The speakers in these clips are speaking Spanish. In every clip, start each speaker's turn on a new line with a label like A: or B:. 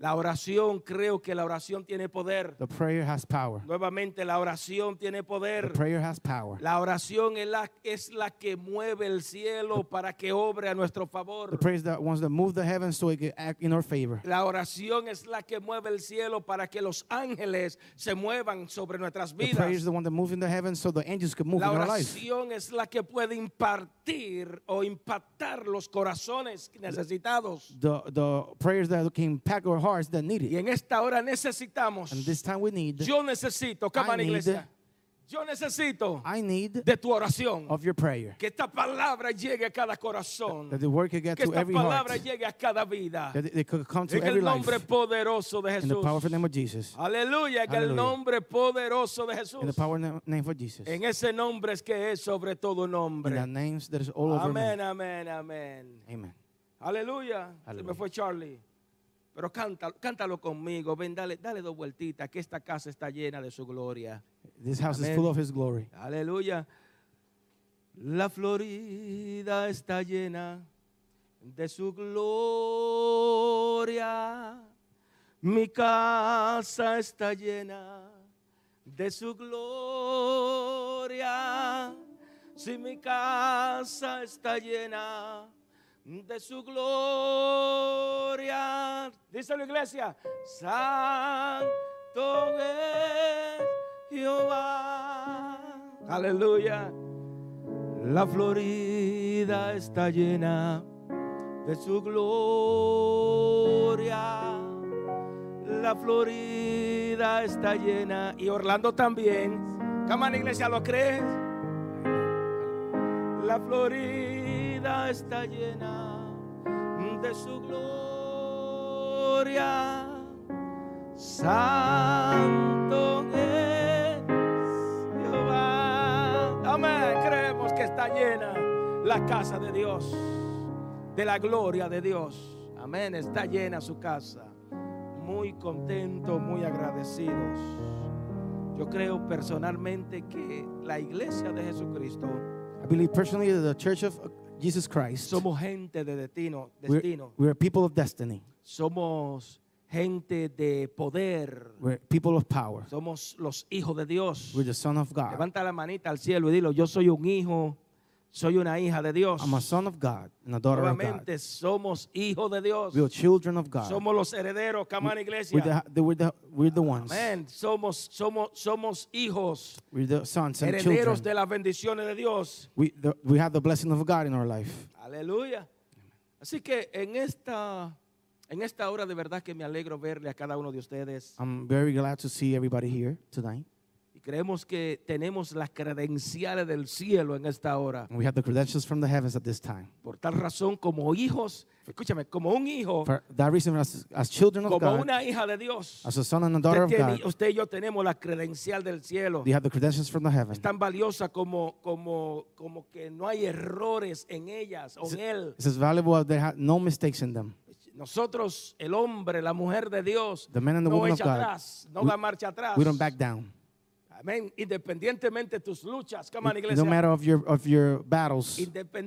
A: La oración, creo que la oración tiene poder.
B: The prayer has power.
A: Nuevamente, la oración tiene
B: The
A: poder.
B: prayer has power.
A: La oración es la, es la que mueve el cielo para que obre a nuestro
B: The
A: favor.
B: prayer is the ones that move the heavens so it can act in our favor.
A: La oración es la que mueve el cielo para que los ángeles se muevan sobre nuestras
B: The prayer is
A: vidas.
B: the one that moves in the heavens so the angels can move in
A: La
B: our life.
A: oración es la que puede impartir o impactar los corazones necesitados.
B: The, the prayers that can impact our hearts that need
A: Y
B: it.
A: en esta hora necesitamos,
B: And this time we need,
A: yo necesito, come on,
B: I need-
A: iglesia, yo necesito
B: I need
A: de tu oración.
B: of your prayer.
A: Que esta palabra llegue a cada corazón.
B: That the word could get
A: Que
B: to
A: esta
B: every heart.
A: palabra llegue a cada vida.
B: That it, it could come to
A: En
B: every
A: el
B: life.
A: nombre poderoso de
B: In the
A: Jesús.
B: powerful name of Jesus.
A: Aleluya, en el
B: Aleluya.
A: nombre poderoso de Jesús.
B: In the power na- name of Jesus.
A: En ese nombre es que es sobre todo
B: In the
A: nombre.
B: names that is all over
A: Amén,
B: man.
A: amén, amén.
B: Amen.
A: Aleluya. Se me
B: Aleluya.
A: fue Charlie. Pero cántalo, cántalo conmigo. Ven, dale, dale dos vueltitas, que esta casa está llena de su gloria.
B: This house
A: Amén.
B: is full of his glory.
A: Aleluya. La Florida está llena de su gloria. Mi casa está llena de su gloria. Si mi casa está llena de su gloria. Dice la iglesia, Santo es Jehová. Aleluya. La Florida está llena de su gloria. La Florida está llena y Orlando también. Come on, iglesia, ¿lo crees? La Florida está llena de su gloria. Santo es Jehová. Amén. Creemos que está llena la casa de Dios, de la gloria de Dios. Amén. Está llena su casa. Muy contento, muy agradecidos. Yo creo personalmente que la iglesia de Jesucristo
B: I believe personally that the church of Jesus Christ,
A: Somos gente de destino,
B: we're,
A: destino.
B: we're people of destiny.
A: Somos gente de poder.
B: We're people of power.
A: Somos los hijos de Dios.
B: We're the son of God.
A: Levanta la manita al cielo y dilo, yo soy un hijo, soy una hija de Dios.
B: I'm a son of God and a daughter of God.
A: Nuevamente somos hijos de Dios.
B: We're children of God.
A: Somos los herederos, come on,
B: We're
A: iglesia.
B: the, the- we're the, we're the ones.
A: Amén. Somos, somos, somos hijos,
B: We're the sons and
A: herederos de
B: children.
A: las bendiciones de Dios.
B: We, the, we have the blessing of God in our life.
A: Aleluya. Así que en esta, en esta hora de verdad que me alegro verle a cada uno de ustedes.
B: I'm very glad to see everybody here tonight.
A: Y creemos que tenemos las credenciales del cielo en esta hora.
B: And we have the credentials from the heavens at this time.
A: Por tal razón, como hijos, escúchame, como un hijo,
B: For that reason, as, as children of
A: como
B: God,
A: una hija de Dios,
B: as a son and a daughter
A: usted,
B: of
A: tiene-
B: God,
A: usted y yo tenemos la credencial del cielo.
B: we have the credentials from the heavens.
A: Es tan valiosa como, como, como que no hay errores en ellas o en él.
B: It's as valuable as they have no mistakes in them.
A: Nosotros, el hombre, la mujer de Dios,
B: The men and the
A: no
B: women of
A: echa
B: God,
A: atrás, no
B: we-
A: da marcha atrás.
B: We don't back down.
A: Amén. Independientemente de tus luchas, come on,
B: No
A: iglesia.
B: matter of your of your battles,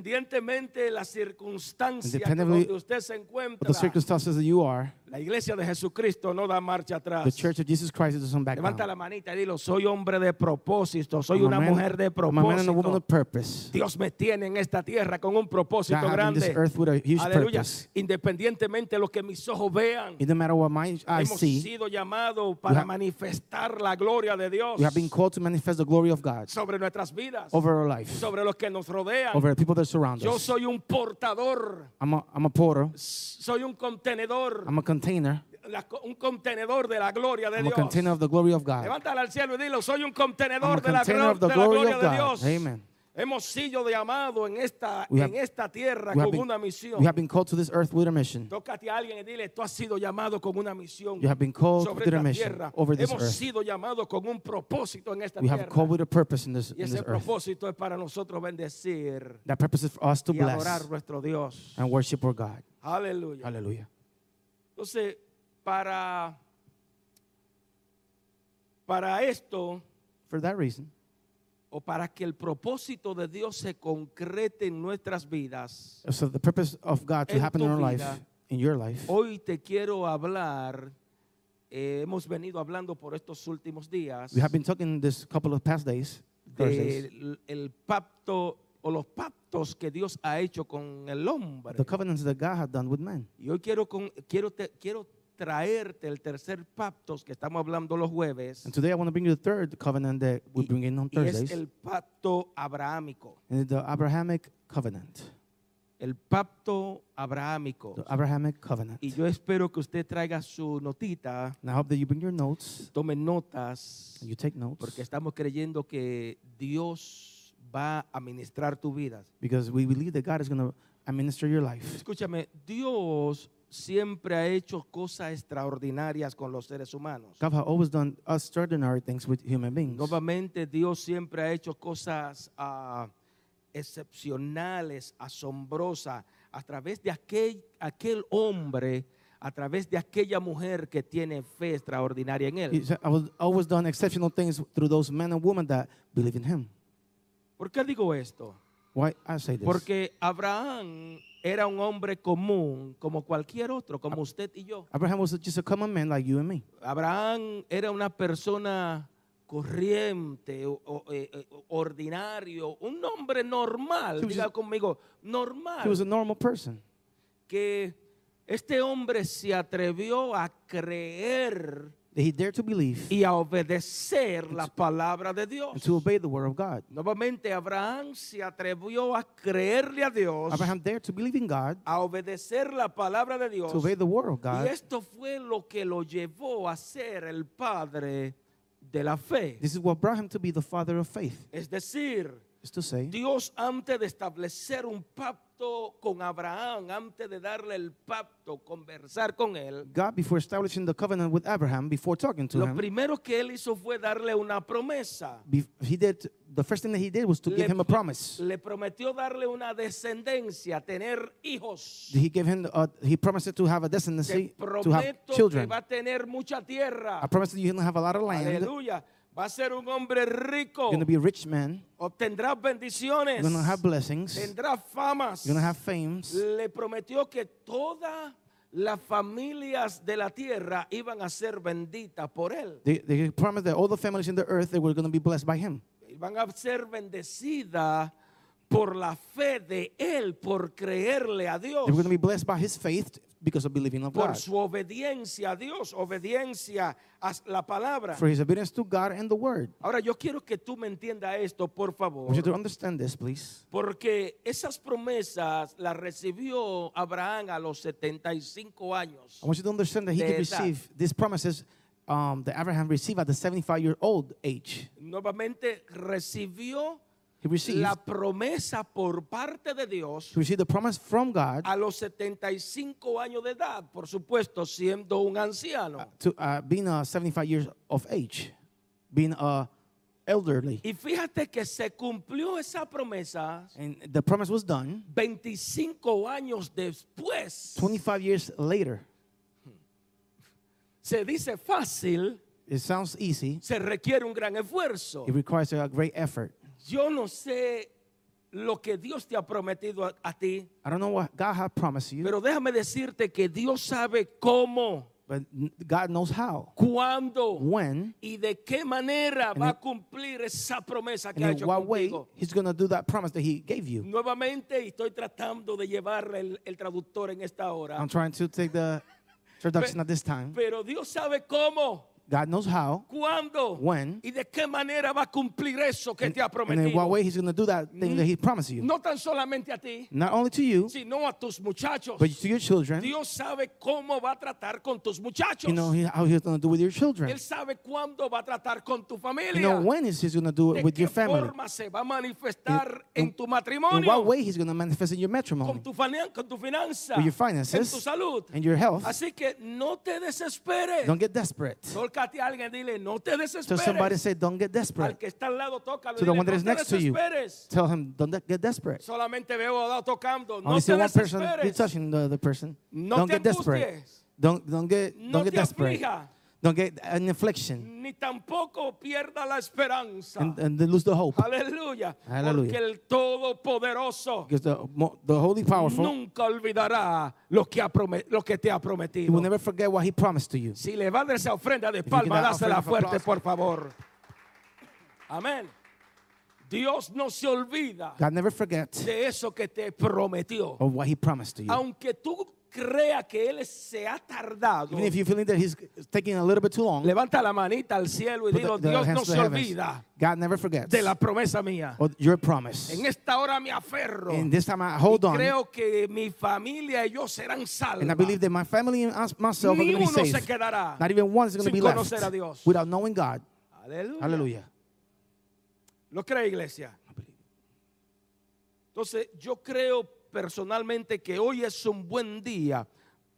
A: Independientemente de las circunstancias que
B: Independently
A: donde usted se
B: of
A: encuentra,
B: the circumstances that you are,
A: la iglesia de Jesucristo no da marcha atrás.
B: the Church of Jesus Christ doesn't back
A: Levanta la
B: down.
A: manita y dilo, soy hombre de propósito, soy
B: I'm a
A: una
B: man-
A: mujer de
B: I'm a man and a woman
A: propósito.
B: of purpose.
A: Dios me tiene en esta tierra con un propósito
B: God have in this
A: grande.
B: earth with a huge
A: Aleluya.
B: purpose.
A: Independientemente de lo que mis ojos vean,
B: It doesn't matter what my eyes
A: hemos
B: see,
A: sido llamados para
B: have-
A: manifestar la gloria de Dios
B: we have been called to manifest the glory of God
A: sobre nuestras vidas,
B: over our life,
A: sobre los que nos rodean.
B: over the people that surround
A: Yo
B: us.
A: soy un portador,
B: I'm a, I'm a porter.
A: soy un contenedor,
B: I'm a container.
A: la- un contenedor de la gloria de
B: I'm a
A: Dios.
B: container of the glory of God.
A: Levántala al cielo y dilo, soy un contenedor
B: I'm a
A: de la,
B: container
A: glo-
B: of the
A: de la
B: glory
A: gloria
B: of
A: de
B: God.
A: Dios.
B: Amen.
A: Hemos sido llamados en esta,
B: We
A: en
B: have-
A: esta tierra
B: we
A: con
B: have been-
A: una misión.
B: You have been called to this earth with a mission.
A: Tócate a alguien y dile, tú has sido llamado con una misión
B: You have been called
A: sobre
B: with a
A: esta
B: mission
A: tierra.
B: over this
A: Hemos
B: earth.
A: sido llamados con un propósito en esta
B: We
A: tierra.
B: have called with a purpose in this,
A: y
B: in
A: ese
B: this earth.
A: propósito es para nosotros bendecir
B: That purpose is for us to
A: y adorar
B: bless
A: nuestro Dios.
B: and worship our God.
A: Aleluya.
B: Hallelujah.
A: Entonces, para, para esto,
B: For that reason,
A: o para que el propósito de Dios se concrete en nuestras vidas,
B: so the purpose of God to
A: En
B: happen
A: tu
B: in our life,
A: vida.
B: in your life,
A: hoy te quiero hablar, eh, hemos venido hablando por estos últimos días,
B: we have been talking this couple of past days, Thursdays,
A: del el pacto o los pactos que Dios ha hecho con el hombre.
B: the covenants that God had done with men.
A: Y hoy quiero, con- quiero, te- quiero traerte el tercer pacto que estamos hablando los jueves.
B: And today I want to bring you the third covenant that we
A: y,
B: bring in on
A: y es
B: Thursdays,
A: el pacto abrahámico.
B: and it's the Abrahamic covenant.
A: El pacto abrahámico.
B: The Abrahamic covenant.
A: Y yo espero que usted traiga su notita,
B: And I hope that you bring your notes
A: tome notas,
B: and you take notes
A: porque estamos creyendo que Dios va a ministrar tu vida.
B: because we believe that God is going to administer your life.
A: Escúchame, Dios siempre ha hecho cosas extraordinarias con los seres humanos.
B: God has always done extraordinary things with human beings.
A: Nuevamente, Dios siempre ha hecho cosas ah, excepcionales, asombrosas, a través de aquel, aquel hombre, a través de aquella mujer que tiene fe extraordinaria en él.
B: He said, I was always done exceptional things through those men and women that believe in Him.
A: ¿Por qué digo esto?
B: Why I say this?
A: Porque Abraham era un hombre común, como cualquier otro, como
B: Ah.
A: usted y yo.
B: Abraham was just a common man like you and me.
A: Abraham era una persona corriente, o- o- eh, eh, ordinario, un hombre normal,
B: He was
A: diga
B: just-
A: conmigo, normal.
B: He was a normal person.
A: que este hombre se atrevió a creer
B: That he dared to believe
A: y a obedecer la palabra de Dios.
B: and to obey the word of God.
A: Nuevamente Abraham se atrevió a creerle a Dios,
B: Abraham dared to believe in God,
A: a obedecer la palabra de Dios.
B: to obey the word of
A: Y
B: God.
A: esto fue lo que lo llevó a ser el padre de la fe.
B: This is what brought him to be the father of faith.
A: Es decir,
B: Is to say,
A: Dios antes de establecer un pacto con Abraham, antes de darle el pacto, conversar con él,
B: God, before establishing the covenant with Abraham, before talking to
A: Lo
B: him,
A: primero que él hizo fue darle una promesa.
B: be- he did the first thing that he did was to
A: Le-
B: give him a promise.
A: Le prometió darle una descendencia, tener hijos.
B: He gave him uh, he promised to have a
A: Te
B: descendancy, to have
A: prometo que
B: children.
A: va a tener mucha tierra.
B: I promise that you're gonna have a lot of land.
A: Aleluya. Va a ser un hombre rico.
B: You're gonna be a rich man.
A: Obtendrá bendiciones.
B: You're gonna have blessings.
A: Tendrá famas.
B: You're gonna have fames.
A: Le prometió que todas las familias de la tierra iban a ser benditas por él.
B: They, they promised that all the families in the earth they were gonna be blessed by him.
A: van a ser bendecidas por la fe de él, por creerle a Dios,
B: They were gonna be blessed by his faith because of believing of
A: por
B: God,
A: su obediencia a Dios, obediencia a la palabra.
B: for his obedience to God and the word.
A: Ahora yo quiero que tú me entiendas esto, por
B: I
A: favor,
B: want you to understand this, please.
A: porque esas promesas las recibió Abraham a los 75 años.
B: I want you to understand that he
A: de
B: could
A: edad.
B: receive these promises um, that Abraham received at the 75 year old age.
A: Nuevamente recibió
B: He received,
A: la promesa por parte de Dios
B: he received the promise from God
A: a los 75 años de edad, por supuesto, siendo un anciano.
B: to uh, being uh, 75 years of age, being uh, elderly.
A: Y fíjate que se cumplió esa promesa
B: And the promise was done
A: 25 años después.
B: 25 years later.
A: Se dice fácil,
B: It sounds easy,
A: se requiere un gran esfuerzo.
B: it requires a great effort.
A: Yo no sé lo que Dios te ha prometido a, a ti,
B: I don't know what God had promised you,
A: pero déjame decirte que Dios sabe cómo,
B: but n- God knows how,
A: cuándo
B: when,
A: y de qué manera va
B: in-
A: a cumplir esa promesa que
B: and
A: ha
B: in
A: hecho
B: what way
A: contigo.
B: He's going to do that promise that He gave you.
A: Nuevamente y estoy tratando de llevar el, el traductor en esta hora.
B: I'm trying to take the introduction at this time,
A: Pero Dios sabe cómo.
B: God knows how
A: ¿Cuándo?
B: When?
A: ¿Y de qué manera va a cumplir eso que
B: and,
A: te ha
B: and in what
A: prometido? Mm.
B: way He's going to do that thing that He promised you.
A: No tan solamente a ti,
B: Not only to you,
A: sino a tus muchachos.
B: but to your children.
A: Dios sabe cómo va a tratar con tus muchachos.
B: You know he- how He's going to do with your children.
A: Él sabe cuándo va a tratar con tu familia.
B: You know when is He going to do
A: de
B: it with your
A: qué
B: family?
A: forma se va a manifestar
B: In-
A: en tu
B: In
A: matrimonio,
B: what way He's going to manifest in your matrimony,
A: con tu, fina- con tu finanza,
B: with
A: en tu
B: your finances,
A: salud.
B: and your health.
A: Así que no te desesperes.
B: Don't get desperate.
A: Tócate a alguien, dile, no te
B: Tell
A: desesperes.
B: somebody, say, don't get
A: Al
B: desperate.
A: que está al lado, tócalo.
B: To the
A: dile,
B: one that
A: no
B: is
A: te
B: next to you.
A: desesperes.
B: Tell him, don't de- get desperate.
A: Solamente veo a Dao tocando. No
B: Only see
A: te
B: one person be
A: desesperes.
B: touching the other person.
A: No
B: don't
A: te
B: get desperate.
A: angusties.
B: Don't don't get don't
A: No
B: get
A: te
B: desperate.
A: aflija.
B: Don't get an affliction
A: Ni tampoco pierda la esperanza.
B: and, and then lose the hope.
A: Aleluya.
B: Aleluya.
A: Porque el Todopoderoso
B: Because the mo- the holy powerful
A: nunca olvidará lo que, ha prome- lo que te ha
B: he will
A: prometido.
B: never forget what he promised to you.
A: Si le va a dar esa ofrenda de
B: you can
A: palma,
B: have
A: dásela
B: offering of
A: fuerte,
B: applause.
A: por favor. Amén. Dios no se olvida
B: God never forget
A: de eso que te prometió.
B: of what he promised to you.
A: Aunque tú creas que Él se ha tardado,
B: Even if you're feeling that he's taking a little bit too long,
A: levanta la manita al cielo y
B: put
A: dilo,
B: the- the
A: Dios
B: hands
A: no
B: to the
A: se
B: heavens.
A: olvida
B: God never forgets
A: de la promesa mía.
B: of your promise.
A: En esta hora me aferro.
B: And this time I
A: y
B: hold on,
A: creo que mi familia y yo serán salvos.
B: and I believe that my family and us- myself are
A: Ni
B: going to be
A: uno se
B: safe.
A: quedará
B: Not even one is going to
A: sin
B: be
A: conocer a Dios.
B: left without knowing God.
A: Aleluya.
B: Hallelujah.
A: ¿Lo cree iglesia? Entonces yo creo personalmente que hoy es un buen día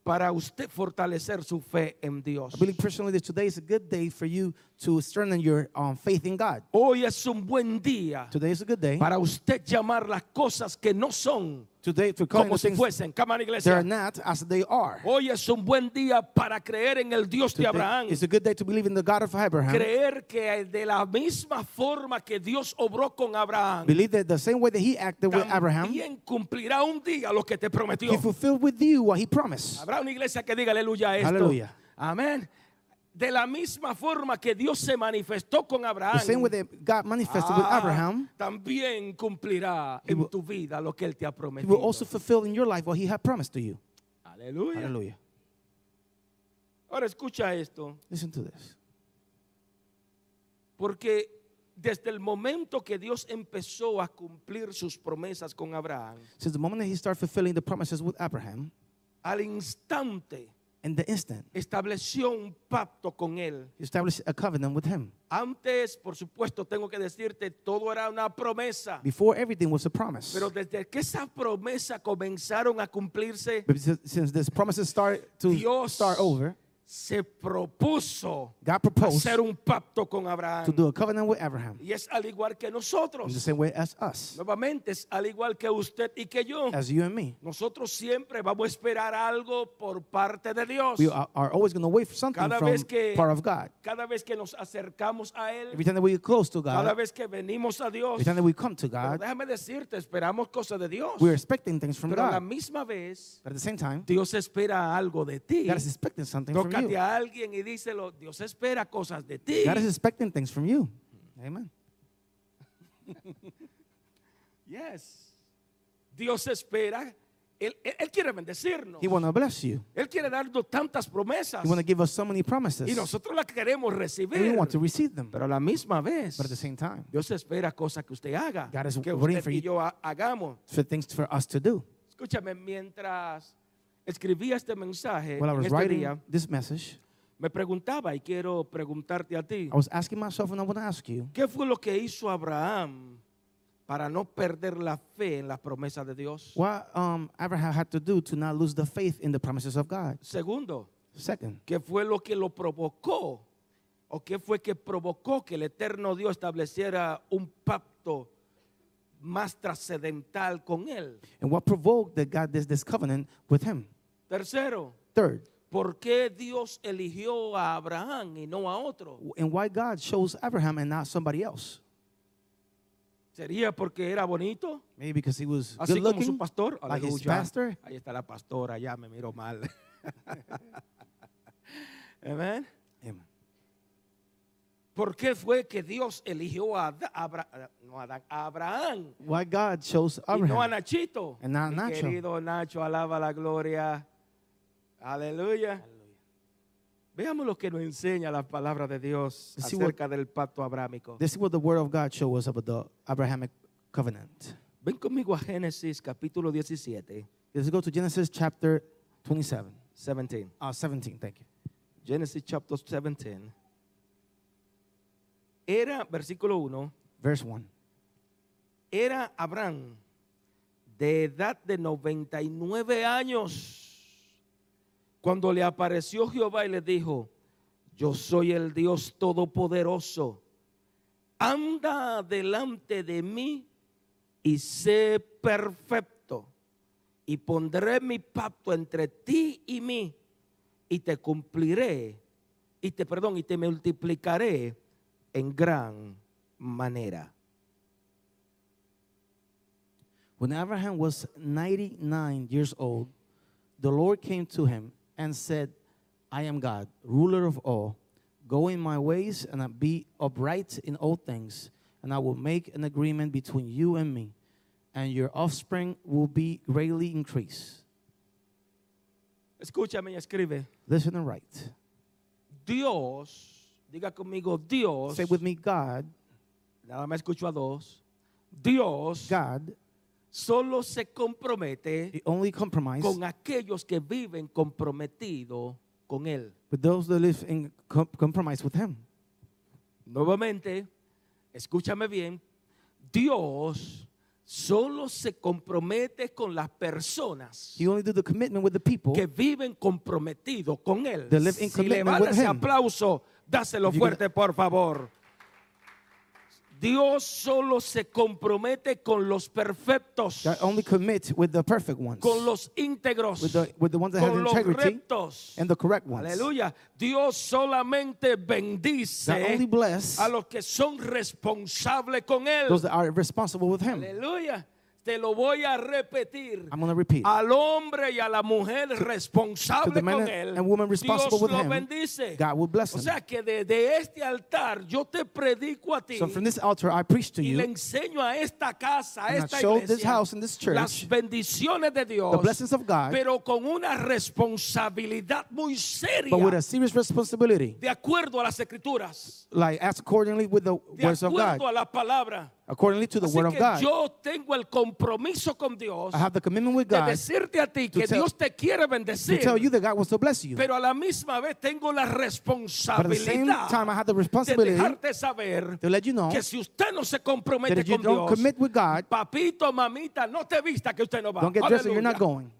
A: para usted fortalecer su fe en Dios.
B: I believe personally that today is a good day for you to strengthen your um, faith in God.
A: Hoy es un buen día
B: Today is a good day.
A: para usted llamar las cosas que no son
B: Today, to call
A: como si
B: things
A: fuesen. Come on,
B: they are
A: iglesia.
B: not as they are.
A: Hoy es un buen día para creer en el Dios de
B: Today
A: Abraham.
B: It's a good day to believe in the God of Abraham.
A: Creer que de la misma forma que Dios obró con Abraham,
B: Believe that the same way that he acted with Abraham,
A: también cumplirá un día lo que te prometió.
B: he fulfilled with you what he promised.
A: Habrá una iglesia que diga aleluya a esto.
B: Aleluya.
A: Amén. De la misma forma que Dios se manifestó con Abraham,
B: The same way that God manifested with
A: ah,
B: Abraham,
A: también cumplirá en
B: will-
A: tu vida lo que Él te ha
B: he
A: prometido.
B: will also fulfill in your life what he had promised to you.
A: aleluya.
B: Hallelujah.
A: Ahora escucha esto,
B: Listen to this.
A: porque desde el momento que Dios empezó a cumplir sus promesas con Abraham,
B: Since the moment that he started fulfilling the promises with Abraham,
A: al instante
B: in the instant,
A: estableció un pacto con Él.
B: he established a covenant with him.
A: Antes, por supuesto, tengo que decirte, todo era una promesa.
B: Before everything was a promise.
A: Pero desde que esas promesas comenzaron a cumplirse,
B: But since- since this promises start to
A: Dios
B: start over,
A: se propuso
B: God proposed
A: hacer un pacto con
B: to
A: Abraham.
B: do a covenant with Abraham
A: Y es al igual que
B: in the
A: nosotros.
B: same way as us,
A: Nuevamente, es al igual que usted y que yo.
B: as you and me.
A: Nosotros siempre vamos a esperar algo por parte de Dios.
B: We are, are always going to wait for something
A: Cada
B: from
A: vez que-
B: part of God.
A: Cada vez que nos acercamos a
B: Every
A: Él,
B: time that we are close to
A: cada
B: God,
A: vez que venimos a Dios,
B: every time that we come to
A: pero
B: God,
A: déjame decirte, esperamos cosas de Dios.
B: we're expecting things from
A: Pero a la
B: God.
A: misma vez,
B: But at the same time,
A: Dios espera algo de ti.
B: God is expecting something from
A: Tócate
B: you.
A: a alguien y díselo, Dios espera cosas de ti.
B: God is expecting things from you. Amen.
A: Yes. Dios espera, Él, Él- Él quiere bendecirnos.
B: He want to bless you.
A: Él quiere darnos tantas promesas
B: He want to give us so many
A: y
B: promises,
A: nosotros las queremos
B: and we
A: recibir.
B: want to receive them.
A: Pero a la misma vez,
B: But at the same time,
A: Dios espera cosas que usted haga,
B: God is
A: que
B: waiting
A: usted
B: for
A: y
B: you.
A: yo ha- hagamos.
B: for things for us to do.
A: Escúchame, mientras escribía este mensaje
B: While I
A: en
B: was
A: este
B: writing
A: día,
B: this message,
A: me preguntaba y quiero preguntarte a ti,
B: I was asking myself, and I want to ask you,
A: ¿qué fue lo que hizo Abraham para no perder la fe en las promesas de Dios?
B: what um, Abraham had to do to not lose the faith in the promises of God.
A: Segundo,
B: Second,
A: ¿Qué fue lo que lo provocó? ¿O qué fue que provocó que el eterno Dios estableciera un pacto más trascendental con él?
B: and what provoked that God did this covenant with him?
A: Tercero,
B: Third,
A: ¿por qué Dios eligió a Abraham y no a otro?
B: and why God chose Abraham and not somebody else?
A: ¿Sería porque era bonito?
B: Maybe because he was
A: Así
B: good
A: como su
B: looking,
A: pastor.
B: like his
A: Aleluya.
B: pastor.
A: Ahí está la pastora, ya me miró mal. Amén.
B: Amen.
A: ¿Por qué fue que Dios eligió a, Ad- Abra- no, a Adán, a Abraham?
B: Why God chose
A: Y no a
B: Abraham?
A: Nachito.
B: And not
A: Mi
B: Nacho.
A: querido Nacho, alaba la gloria. Aleluya. Veamos lo que nos enseña la palabra de Dios
B: Let's see what-
A: acerca del pacto abrámico.
B: This is what the Word of God shows us about the Abrahamic covenant.
A: Ven conmigo a Génesis capítulo 17,
B: Let's go to Genesis chapter 27,
A: 17.
B: uh, 17, thank you.
A: Genesis chapter 17. Era, versículo 1,
B: Verse 1.
A: era Abraham de edad de 99 años cuando le apareció Jehová y le dijo, yo soy el Dios todopoderoso, anda delante de mí y sé perfecto y pondré mi pacto entre ti y mí y te cumpliré y te perdón y te multiplicaré en gran manera.
B: When Abraham was 99 years old, the Lord came to him and said, I am God, ruler of all. Go in my ways and be upright in all things, and I will make an agreement between you and me, and your offspring will be greatly increased.
A: Escúchame y escribe.
B: Listen and write.
A: Dios, diga conmigo, Dios,
B: Say with me, God,
A: nada más escucho a dos, Dios
B: God,
A: solo se compromete
B: the only compromise
A: con aquellos que viven comprometido con Él.
B: with those that live in com- compromise with Him.
A: Nuevamente, escúchame bien, Dios solo se compromete con las personas
B: He only do the commitment with the people.
A: que viven comprometido con Él.
B: They live in
A: Si le
B: commitment
A: van
B: with
A: ese
B: Him.
A: aplauso, dáselo
B: If you
A: fuerte, por favor. Dios solo se compromete con los perfectos,
B: that only commit with the perfect ones.
A: con los íntegros,
B: with the, with the ones that have
A: con los
B: integrity
A: rectos.
B: and the correct ones.
A: Aleluya. Dios solamente
B: That
A: bendice
B: only bless
A: a los que son responsables con Él.
B: those that are responsible with Him.
A: Aleluya. Te lo voy a repetir.
B: I'm going to repeat.
A: al hombre y a la mujer responsable
B: to the man
A: con
B: and-
A: él,
B: and woman responsible
A: Dios
B: with
A: lo
B: him,
A: bendice.
B: God will bless
A: o
B: them.
A: sea que desde este altar yo te predico a ti
B: So from this altar, I preach to
A: y le
B: you
A: enseño a esta casa, a
B: And I
A: esta
B: show
A: iglesia,
B: this house and this church
A: las bendiciones de Dios,
B: the blessings of God,
A: pero con una responsabilidad muy seria,
B: but with a serious responsibility,
A: de acuerdo a las escrituras,
B: like as accordingly with the
A: de
B: words of God,
A: acuerdo a la palabra.
B: accordingly to the
A: Así
B: word of
A: que
B: God.
A: yo tengo el compromiso con Dios
B: I have the commitment with
A: de
B: God
A: decirte a ti
B: to
A: que
B: tell-
A: Dios te quiere
B: to
A: bendecir.
B: tell you that God wants to bless you.
A: Pero a la misma vez tengo la
B: But at the same
A: responsabilidad
B: time, I have the
A: de
B: responsibility
A: dejarte saber
B: to let you know
A: que si usted no se
B: that
A: compromete
B: if you
A: con
B: don't
A: Dios,
B: commit with God,
A: papito, mamita, no te vista que usted no va.
B: don't get dressed and you're
A: Aleluya.
B: not going.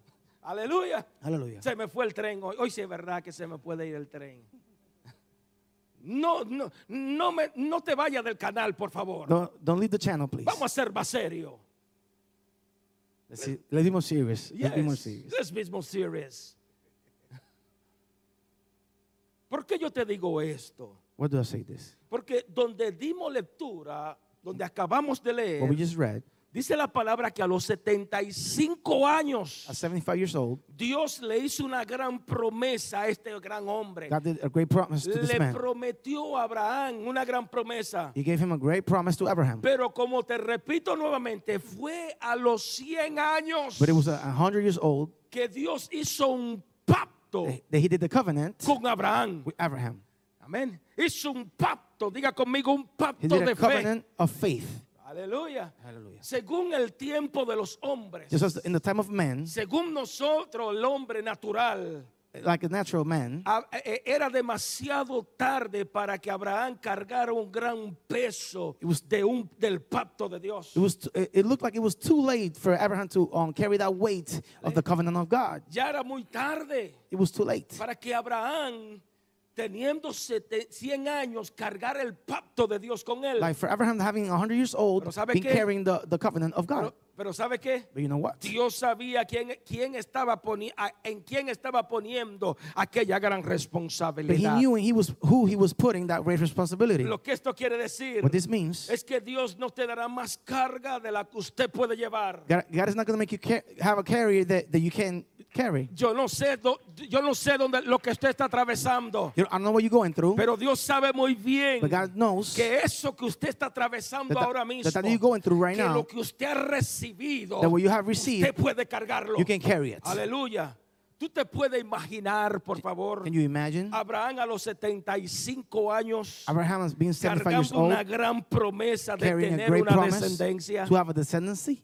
A: Aleluya.
B: Hallelujah.
A: Se me fue el tren hoy. Hoy sí es verdad que se me puede ir el tren. No, no, no, me, no te vayas del canal, por favor.
B: Don't, don't leave the channel, please.
A: Vamos a ser más serio.
B: Let's, see- let's be more serious. Let's be more
A: Yes,
B: serious.
A: let's be more serious. ¿Por qué yo te digo esto?
B: Why do I say this?
A: Porque donde dimos lectura, donde acabamos de
B: What
A: leer,
B: we just read,
A: dice la palabra que a los 75 años
B: at 75 years old,
A: Dios le hizo una gran promesa a este gran hombre.
B: God did a great promise to this
A: Le
B: man.
A: prometió a Abraham una gran promesa.
B: He gave him a great promise to Abraham.
A: Pero como te repito nuevamente, fue a los 100 años
B: But it was a 100 years old
A: que Dios hizo un pacto
B: that he did the covenant
A: con Abraham.
B: with Abraham.
A: Amén. Hizo un pacto, diga conmigo, un
B: He
A: pacto
B: did a
A: de fe.
B: covenant of faith.
A: Aleluya.
B: Hallelujah.
A: Según el tiempo de los hombres.
B: Just as in the time of man,
A: Según nosotros, el hombre natural,
B: like a natural man,
A: a- e- era demasiado tarde para que Abraham cargara un gran peso
B: It was-
A: de un, del pacto de Dios.
B: it was t- it it looked like it was too late for Abraham to um, carry that weight of the covenant of God.
A: Ya era muy tarde
B: It was too late.
A: para que Abraham, teniendo sete- 100 años, cargara el pacto de Dios con él.
B: Like for Abraham having 100 years
A: Pero
B: old,
A: ¿sabe
B: been
A: qué?
B: carrying the, the covenant of God.
A: Pero, pero ¿sabe qué?
B: But you know what?
A: Dios sabía quién, quién estaba poni- a- en quién estaba poniendo aquella gran
B: But he
A: responsabilidad.
B: knew he was who he was putting that great responsibility.
A: Lo que esto quiere decir
B: What this means,
A: es que Dios no te dará más carga de la que usted puede llevar.
B: God, God is not going to make you car- have a carrier that, that you can carry.
A: Yo no sé, do- yo no sé dónde lo que usted está atravesando,
B: You know, I don't know what you're going through,
A: pero Dios sabe muy bien
B: but God knows
A: que eso que usted está atravesando
B: That- that-
A: ahora
B: that
A: mismo,
B: you're going through right
A: que
B: now,
A: lo que usted ha recibido,
B: that what you have
A: usted
B: received,
A: puede cargarlo.
B: you can carry it.
A: Aleluya. Tú te puedes imaginar, por favor,
B: Can you imagine?
A: Abraham a los 75 años
B: Abraham has been 75 years
A: cargando
B: old,
A: una gran promesa de
B: carrying a
A: tener
B: great
A: una
B: promise
A: descendencia.
B: to have a descendancy.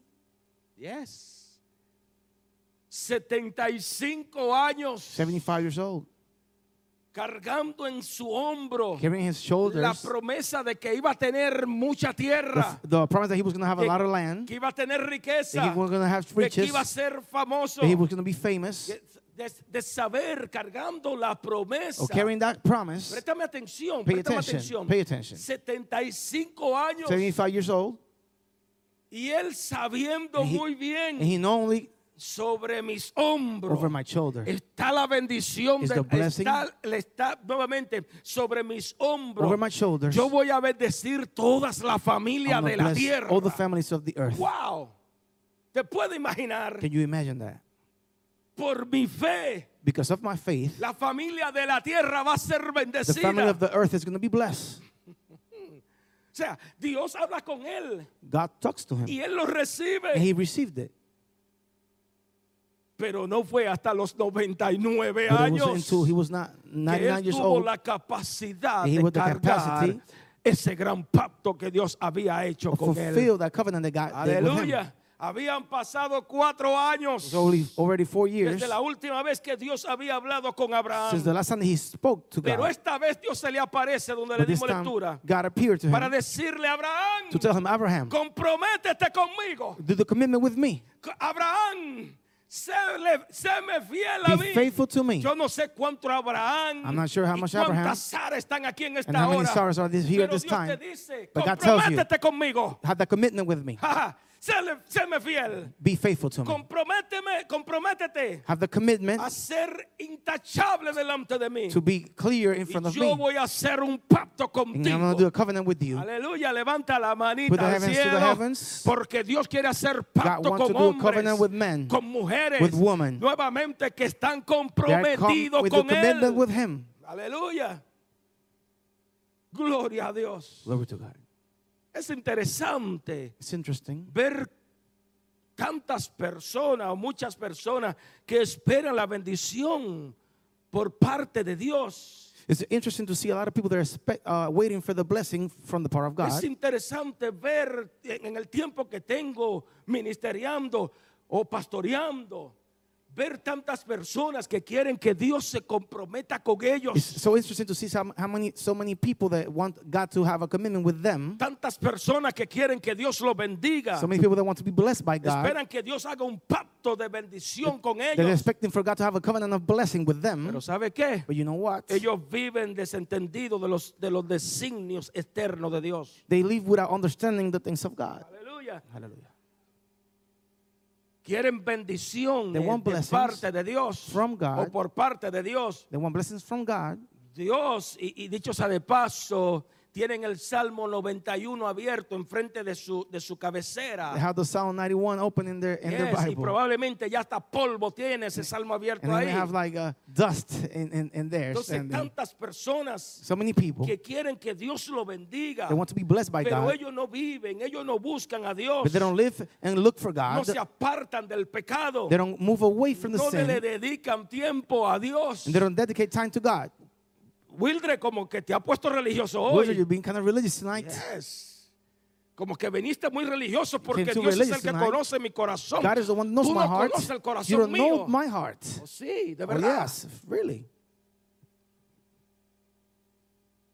A: Yes. 75 años
B: 75 years old,
A: cargando en su hombro
B: carrying his
A: la
B: shoulders
A: promesa de que iba a tener mucha
B: the,
A: tierra,
B: the promise that he was going to have a
A: que-
B: lot of land,
A: que iba a tener
B: that he
A: riqueza,
B: was going to have
A: de que
B: riches,
A: iba a ser famoso,
B: that he was going to be famous.
A: de, de- de saber cargando la promesa.
B: Or Oh, carrying that promise,
A: Préstame atención,
B: Pay
A: préstame
B: attention,
A: atención.
B: pay attention.
A: 75 años
B: 75 years old,
A: y él sabiendo
B: and he,
A: muy
B: and
A: bien
B: he not only
A: sobre mis hombros.
B: over my shoulder.
A: Está la bendición,
B: Is
A: de,
B: the blessing-
A: está, le está nuevamente sobre mis hombros.
B: Over my shoulders.
A: Yo voy a bendecir todas las familias
B: I'm
A: de
B: gonna
A: la
B: bless
A: tierra.
B: all the families of the earth.
A: Wow. Te puedo imaginar,
B: Can you imagine that?
A: por mi fe,
B: Because of my faith,
A: la familia de la tierra va a ser
B: the family
A: bendecida.
B: of the earth is going to be blessed.
A: O sea, Dios habla con él
B: God talks to him,
A: y él lo
B: and
A: recibe.
B: he received it.
A: Pero no fue hasta los 99
B: But it was
A: años
B: until he was not
A: que
B: 99
A: él
B: years
A: tuvo
B: old
A: la capacidad
B: he
A: de
B: had the
A: cargar
B: capacity
A: ese gran pacto que Dios había hecho
B: to
A: con él.
B: fulfill that covenant that God did with him. It
A: Aleluya. Habían pasado cuatro años
B: was only already four years
A: desde la última vez que Dios había hablado con
B: since
A: Abraham.
B: the last time he spoke to
A: Pero
B: God.
A: esta vez Dios se le aparece donde le
B: But this
A: dimos
B: time,
A: lectura
B: God appeared to him
A: para decirle a Abraham,
B: to tell him, Abraham,
A: comprométete conmigo.
B: do the commitment with me.
A: Co- Abraham, séle- séme fiel a
B: Be
A: mí.
B: faithful to me.
A: Yo no sé cuánto Abraham
B: I'm not sure how much
A: y
B: Abraham
A: cuántas Sara están aquí en esta
B: how many
A: hora.
B: Saras are this- here
A: Pero
B: at this
A: Dios te
B: time.
A: dice,
B: But God tells you.
A: comprométete conmigo.
B: Have that commitment with me.
A: Ja, ja. Séle- séme fiel.
B: Be faithful to me.
A: Comprométeme, comprométete
B: Have the commitment
A: a ser intachable delante de mí.
B: to be clear in front
A: Y
B: of
A: yo
B: me.
A: voy a hacer un pacto
B: And I'm going to do a
A: contigo.
B: covenant with you.
A: Aleluya, levanta la
B: Put the
A: manita al
B: heavens to the
A: cielo
B: heavens.
A: porque Dios quiere hacer pacto
B: wants
A: con
B: to do a
A: hombres,
B: covenant with men,
A: con mujeres,
B: with women.
A: nuevamente que están
B: They are com-
A: comprometidos
B: with the
A: con
B: commitment
A: él.
B: with him.
A: Aleluya. Gloria a Dios.
B: Glory to God.
A: Es interesante
B: It's interesting
A: ver tantas personas o muchas personas que esperan la bendición por parte de Dios.
B: It's interesting to see a lot of people that are spe- uh, waiting for the blessing from the power of God.
A: Es interesante ver en en el tiempo que tengo ministeriando o pastoreando, ver tantas personas que quieren que Dios se comprometa con
B: It's
A: ellos,
B: so interesting to see some, how many, so many people that want God to have a commitment with them.
A: tantas personas que quieren que Dios los bendiga,
B: So many people that want to be blessed by God.
A: esperan que Dios haga un pacto de bendición con
B: They're
A: ellos.
B: expecting for God to have a covenant of blessing
A: Pero
B: with them.
A: ¿sabe qué?
B: But you know what?
A: Ellos viven desentendidos de los, de los designios externos de Dios.
B: They live without understanding the things of God.
A: Aleluya.
B: Hallelujah.
A: Quieren bendición
B: They
A: de
B: want blessings
A: parte de Dios
B: from God.
A: o por parte de Dios.
B: They want blessings from God.
A: Dios, y, y dicho sea de paso, tienen el Salmo 91 abierto enfrente de su, de su cabecera.
B: They have the Psalm 91 open in their in their
A: Yes, y
B: Bible,
A: probablemente ya hasta polvo tiene ese salmo abierto
B: and then
A: ahí.
B: they have like uh, dust in in, in theirs.
A: Entonces,
B: And then
A: tantas personas
B: so many people
A: que quieren que Dios lo bendiga,
B: they want to be blessed by
A: pero
B: God,
A: ellos no viven, ellos no buscan a Dios,
B: but they don't live and look for
A: no
B: God.
A: se apartan del pecado,
B: They don't move away from the
A: no le
B: sin,
A: dedican tiempo a Dios.
B: and they don't dedicate time to God.
A: Wildre, como que te ha puesto religioso hoy.
B: Whether you're being kind of religious tonight,
A: Yes. Como que viniste muy religioso porque
B: too
A: Dios es el
B: religious
A: que
B: tonight.
A: conoce mi corazón.
B: God is the one who knows
A: Tú
B: my
A: no
B: heart.
A: conoces el
B: You
A: corazón
B: don't know
A: mío.
B: my heart.
A: Oh, sí, de
B: Oh,
A: verdad.
B: yes, really.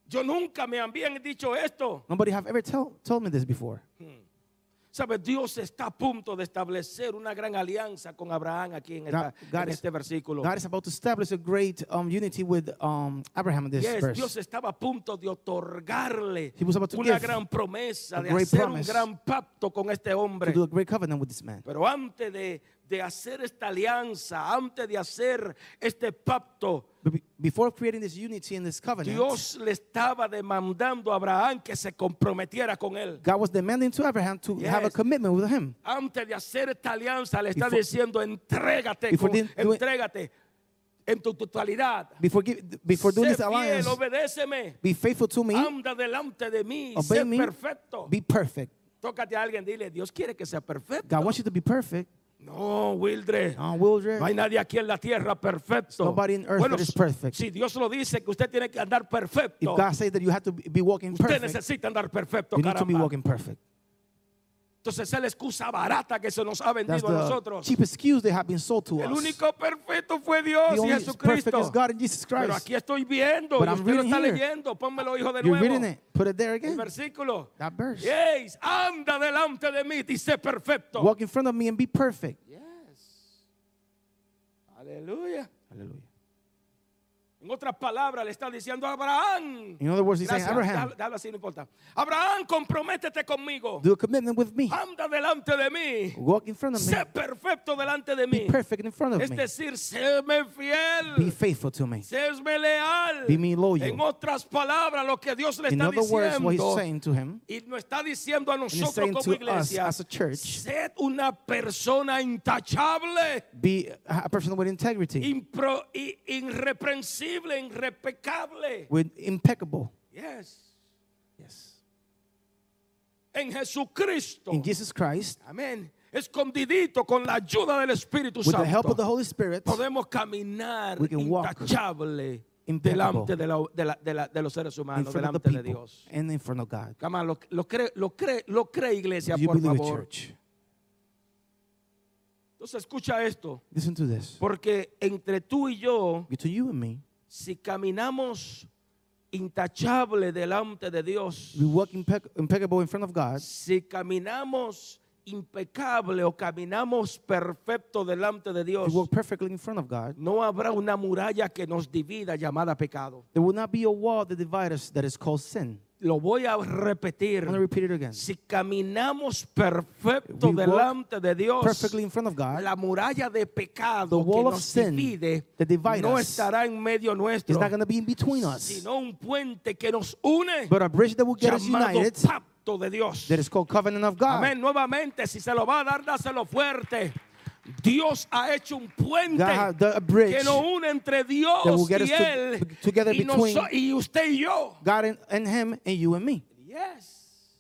A: Yo nunca me habían dicho esto.
B: Nobody have ever tell, told me this before.
A: Sabes, Dios está a punto de establecer una gran alianza con Abraham aquí en, esta-
B: God
A: en
B: is-
A: este versículo.
B: God is about to establish a great um, unity with um, Abraham in this
A: Yes,
B: verse.
A: Dios estaba a punto de otorgarle
B: He was about to
A: una
B: give
A: gran promesa,
B: a
A: de
B: great
A: hacer
B: promise
A: un gran pacto con este
B: to
A: hombre.
B: do a great covenant with this man.
A: Pero antes de, de hacer esta alianza, antes de hacer este pacto,
B: But be- before creating this unity in this covenant,
A: Dios le estaba demandando a Abraham que se comprometiera con él.
B: God was demanding to Abraham to have a
A: Yes.
B: commitment with him.
A: Antes de hacer esta alianza, le está
B: Before-
A: diciendo: entrégate,
B: Before
A: con-
B: they do it-
A: entrégate en tu totalidad.
B: Before, give, before doing
A: sé
B: this
A: fiel,
B: alliance,
A: obedéceme.
B: be faithful to me,
A: Anda delante de mí,
B: obey
A: sé
B: me,
A: perfecto.
B: be perfect.
A: Tócate a alguien, dile: Dios quiere que sea perfecto.
B: God wants you to be perfect.
A: No, Wildred.
B: No, Wildred.
A: No hay nadie aquí en la tierra perfecto.
B: Nobody in earth that is perfect.
A: Si Dios lo dice que usted tiene que andar perfecto,
B: If God says that you have to be walking
A: usted
B: perfect,
A: necesita andar perfecto,
B: you need to be
A: caramba.
B: walking perfect.
A: Entonces esa es la excusa barata que se nos ha
B: That's
A: vendido a
B: the
A: nosotros.
B: cheap excuse they have been sold to
A: El
B: us.
A: único perfecto fue
B: the
A: Dios y
B: only perfect is
A: Jesucristo.
B: God and Jesus
A: Pero
B: Christ.
A: aquí estoy viendo,
B: But
A: y
B: I'm
A: usted lo
B: reading
A: está
B: here.
A: leyendo, pónmelo hijo de
B: You're
A: nuevo.
B: reading it. Put it there
A: El
B: again.
A: versículo.
B: That verse.
A: Yes, anda delante de mí y sé perfecto.
B: Walk in front of me and be perfect.
A: Yes. Aleluya.
B: Hallelujah.
A: En otras palabras, le está diciendo a Abraham.
B: In other words, he's saying,
A: Gracias,
B: Abraham,
A: déjalo- déjalo así, no importa. Abraham, comprométete conmigo.
B: do a commitment with me.
A: Anda delante de mí.
B: Walk in front of me.
A: Sé perfecto delante de
B: Be
A: mí.
B: perfect in front of
A: Es
B: me.
A: decir, séme
B: Be
A: fiel.
B: faithful to me.
A: Séme leal.
B: Be me loyal.
A: En otras palabras, lo que Dios le
B: In
A: está
B: other words, what he's
A: diciendo.
B: saying to him,
A: Y nos está diciendo a
B: and he's
A: nosotros
B: saying
A: como
B: to us
A: iglesia,
B: as a church,
A: sed una persona intachable,
B: be a person with integrity,
A: impro- i- irreprensible, irrepecable.
B: with impeccable.
A: Yes.
B: Yes.
A: En Jesucristo.
B: In Jesus Christ,
A: Amén. Escondidito con la ayuda del Espíritu
B: with
A: Santo.
B: the help of the Holy Spirit,
A: podemos caminar
B: We can walk
A: intachable
B: impeccable.
A: delante de, la- de la- de la- de los seres
B: in
A: humanos,
B: front of the
A: delante de
B: people
A: Dios.
B: and in front of God.
A: Come on, lo, lo cree, lo cree, lo cree iglesia,
B: Do you
A: por
B: believe it,
A: favor.
B: church?
A: Entonces escucha esto,
B: Listen to this.
A: porque entre tú y yo,
B: Between you and me,
A: si caminamos intachable delante de Dios,
B: we walk impec- impeccable in front of God.
A: si caminamos impecable o caminamos perfecto delante de
B: We
A: Dios,
B: walk perfectly in front of God.
A: no habrá una muralla que nos divida llamada pecado.
B: There will not be a wall that divides us that is called sin.
A: Lo voy a
B: I'm
A: repetir.
B: going to repeat it again.
A: Si caminamos perfecto
B: We walk
A: delante de Dios,
B: Perfectly in front of God
A: la muralla de pecado
B: The wall
A: que
B: of
A: nos
B: sin
A: divide
B: that divide
A: no
B: us
A: estará en medio
B: is
A: nuestro,
B: not going to be in between us,
A: sino un puente que nos une,
B: but a bridge that will get us
A: llamado
B: united
A: pacto de Dios.
B: that is called covenant of God.
A: Amén. Nuevamente, si se lo va a dar, dáselo fuerte. Dios ha hecho un puente
B: God has done a bridge
A: que nos une entre Dios
B: will get us
A: y
B: to-
A: Él
B: together
A: y, noso-
B: between-
A: y usted y yo.
B: God and, and Him and you and me.
A: Yes.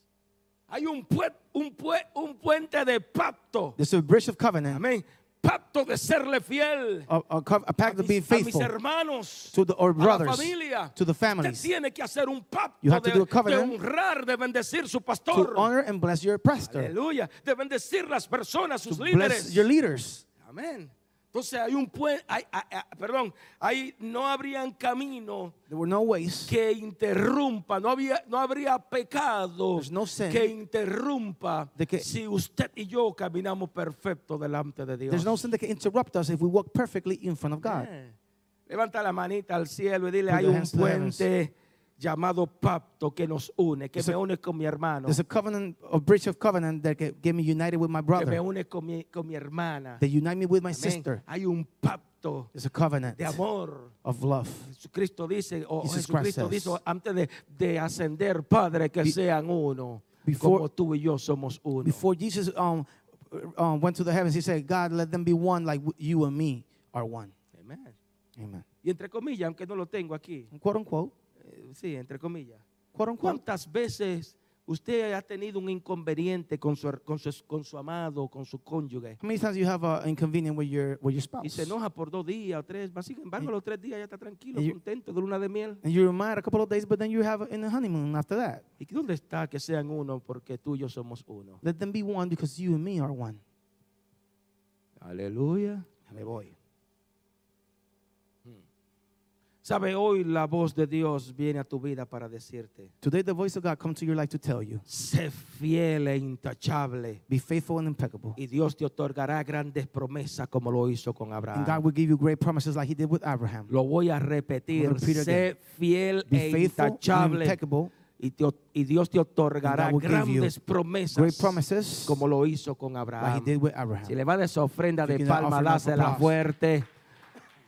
A: Hay un, pue- un, pue- un puente de pacto.
B: There's a bridge of covenant,
A: Amén. Pacto de serle fiel
B: a, a, co- a pact of being
A: a mis
B: faithful
A: hermanos,
B: to the or
A: a la
B: brothers,
A: familia.
B: to the
A: Usted
B: families,
A: tiene que hacer un pacto
B: You have to
A: de,
B: do a covenant
A: de honrar, de bendecir su pastor.
B: to honor and bless your pastor,
A: Aleluya. De bendecir las personas, sus
B: bless
A: líderes.
B: your leaders.
A: Amén. Entonces hay un puente, perdón, ahí no habrían camino
B: There were no ways.
A: que interrumpa, no, había, no habría pecado
B: There's Pues no sin
A: que interrumpa
B: de que-
A: si usted y yo caminamos perfecto delante de Dios.
B: There's no sin that can interrupt us if we walk perfectly in front of God.
A: Eh. Levanta la manita al cielo y dile,
B: Put
A: hay
B: your
A: un
B: hands to the heavens.
A: puente llamado pacto que nos une, que
B: There's
A: me une con mi hermano,
B: There's a covenant, a bridge of covenant that can get me united with my
A: que me
B: brother,
A: une con mi, con mi hermana.
B: that unite me with my
A: Amén.
B: sister.
A: Hay un pacto
B: There's a covenant
A: de amor.
B: of love.
A: Jesucristo dice, o
B: Jesus
A: Jesucristo
B: Christ
A: dice
B: says,
A: antes de, de ascender, Padre, que sean uno,
B: before-
A: como tú y yo somos uno.
B: Before Jesus um, um, went to the heavens, he said, God, let them be one like w- you and me are one.
A: Amen.
B: Amen.
A: Y entre comillas, aunque no lo tengo aquí,
B: Quote unquote.
A: eh, sí, entre comillas.
B: Quote unquote.
A: ¿Cuántas veces usted ha tenido un inconveniente con su, con su, con su amado, con su cónyuge?
B: How many times you have an inconvenience with your with your
A: Y
B: spouse?
A: se enoja por dos días o tres, mas sin embargo, a
B: Eh,
A: los tres días ya está tranquilo,
B: y-
A: contento de luna de miel.
B: And you're mad a couple of days, but then you have in a honeymoon after that.
A: ¿Y dónde está que sean uno? Porque tú y yo somos uno.
B: Let them be one because you and me are one.
A: Aleluya.
B: Me voy.
A: Sabe, hoy la voz de Dios viene a tu vida para decirte,
B: Today the voice of God comes to your life to tell you,
A: sé fiel e intachable
B: be faithful and impeccable.
A: y Dios te otorgará grandes promesas como lo hizo con
B: And God
A: Abraham.
B: will give you great promises like he did with Abraham.
A: Lo voy a repetir,
B: I'm gonna repeat
A: sé fiel
B: Be
A: e
B: faithful and
A: intachable
B: impeccable.
A: y, te o- y Dios te otorgará
B: And God will give you
A: grandes
B: Great
A: promesas
B: promises
A: como lo hizo con
B: like he
A: Abraham.
B: did with Abraham.
A: Si le va de esa ofrenda
B: If you
A: de
B: can offer
A: palma,
B: him up
A: dásela
B: applause.
A: fuerte.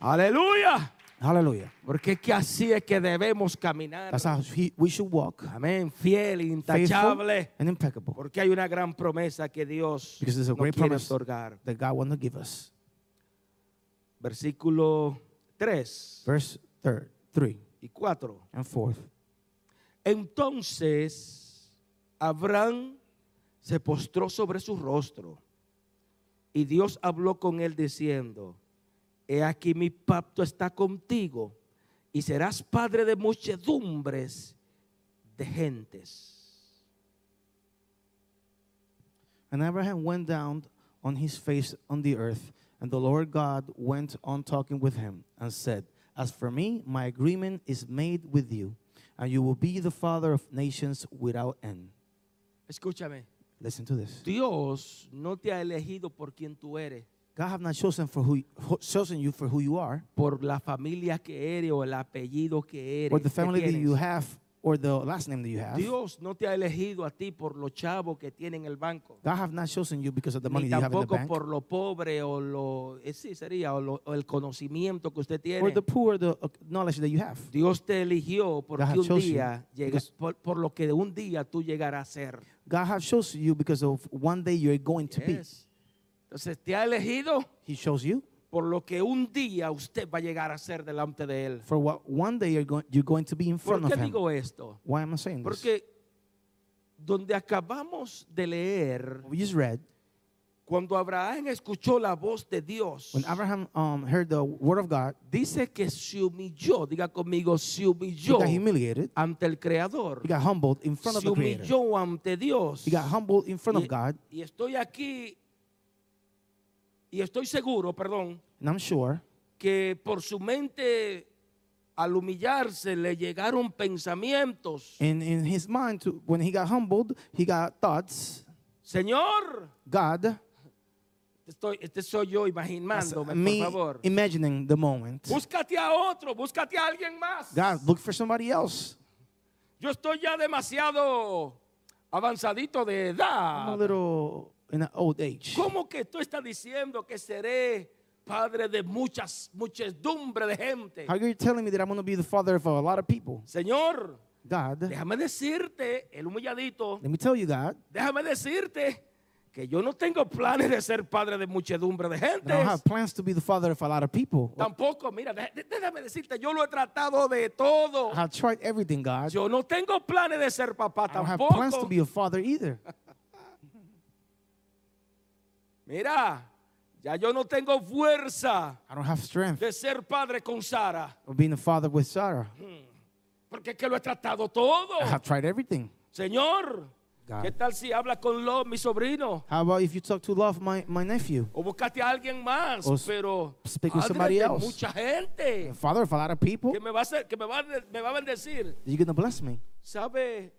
A: Aleluya.
B: Hallelujah.
A: Porque es que así es que debemos caminar.
B: That's how he, we should walk.
A: Amén. Fiel, intachable.
B: Faithful and impeccable.
A: Porque hay una gran promesa que Dios
B: Because there's a
A: nos
B: great
A: quiere
B: promise.
A: otorgar.
B: That God wants to give us.
A: Versículo 3
B: Verse third, 3
A: y 4.
B: and 4.
A: Entonces Abraham se postró sobre su rostro y Y Dios habló con él diciendo, he aquí mi pacto está contigo y serás padre de muchedumbres de gentes.
B: And Abraham went down on his face on the earth, and the Lord God went on talking with him and said, As for me, my agreement is made with you, and you will be the father of nations without end.
A: Escúchame,
B: Listen to this.
A: Dios no te ha elegido por quien tú eres,
B: God have not chosen for who chosen you for who you are,
A: por la familia que eres o el apellido que eres.
B: or the
A: que
B: family that
A: tienes.
B: you have, or the last name that you have.
A: Dios no te ha elegido a ti por los chavos que tiene en el banco.
B: God have not chosen you because of the money
A: ni
B: that you have in the
A: tampoco
B: bank,
A: por lo pobre o lo eh, sí sería o, lo- o el conocimiento que usted tiene.
B: or the poor, the uh, knowledge that you have.
A: Dios te eligió porque
B: has
A: un
B: chosen
A: día llega-
B: because-
A: por, por lo que un día tú llegarás a ser.
B: God have chosen you because of one day you're going to be.
A: Yes. Entonces te ha elegido
B: He chose you
A: por lo que un día usted va a llegar a ser delante de él.
B: for what one day you're going you're going to be in
A: ¿Por
B: front
A: qué
B: of him.
A: digo esto?
B: Why am I saying this?
A: Porque donde acabamos de leer,
B: we just read
A: cuando Abraham escuchó la voz de Dios,
B: when Abraham um, heard the word of God,
A: dice que se humilló, diga conmigo, se humilló
B: he got humiliated,
A: ante el Creador.
B: he got humbled in front of
A: se
B: the Creator,
A: humilló ante Dios.
B: he got humbled in front
A: Y-
B: of God,
A: Y estoy aquí y estoy seguro, perdón,
B: and I'm sure
A: que por su mente al humillarse le llegaron pensamientos.
B: in in his mind to, when he got humbled, he got thoughts.
A: Señor,
B: God,
A: estoy, este soy yo
B: that's
A: imaginándome,
B: me
A: por favor.
B: imagining the moment.
A: Búscate a otro, búscate a alguien más.
B: God, look for somebody else.
A: Yo estoy ya demasiado avanzadito de
B: I'm a
A: edad.
B: little in an old age.
A: Ah, ¿Cómo que tú estás diciendo que seré padre de muchas, muchedumbre de gente?
B: How you're telling me that I'm going to be the father of a lot of people?
A: Señor,
B: God, let
A: déjame decirte, el humilladito,
B: me tell you, God,
A: déjame decirte que yo no tengo planes de ser padre de muchedumbre de gente.
B: that I don't have plans to be the father of a lot of people.
A: Tampoco, mira, dé- dé- déjame decirte, yo lo he tratado de todo.
B: I've tried everything, God.
A: Yo no tengo planes de ser papá
B: I don't have plans to
A: tampoco.
B: be a father either.
A: Mira, ya yo no tengo fuerza
B: I don't have strength
A: de ser padre con Sara,
B: of being a father with Sarah.
A: porque es que lo he tratado todo.
B: I have tried everything.
A: Señor,
B: God.
A: ¿qué tal si habla con Lo, mi sobrino?
B: How about if you talk to love my, my nephew?
A: O búscate a alguien más,
B: O s-
A: pero
B: speak with
A: padre
B: somebody
A: de
B: else.
A: mucha gente
B: The father of a lot of people?
A: que me va a hacer- que me va a de- me va a bendecir.
B: You're going to bless me.
A: ¿Sabe?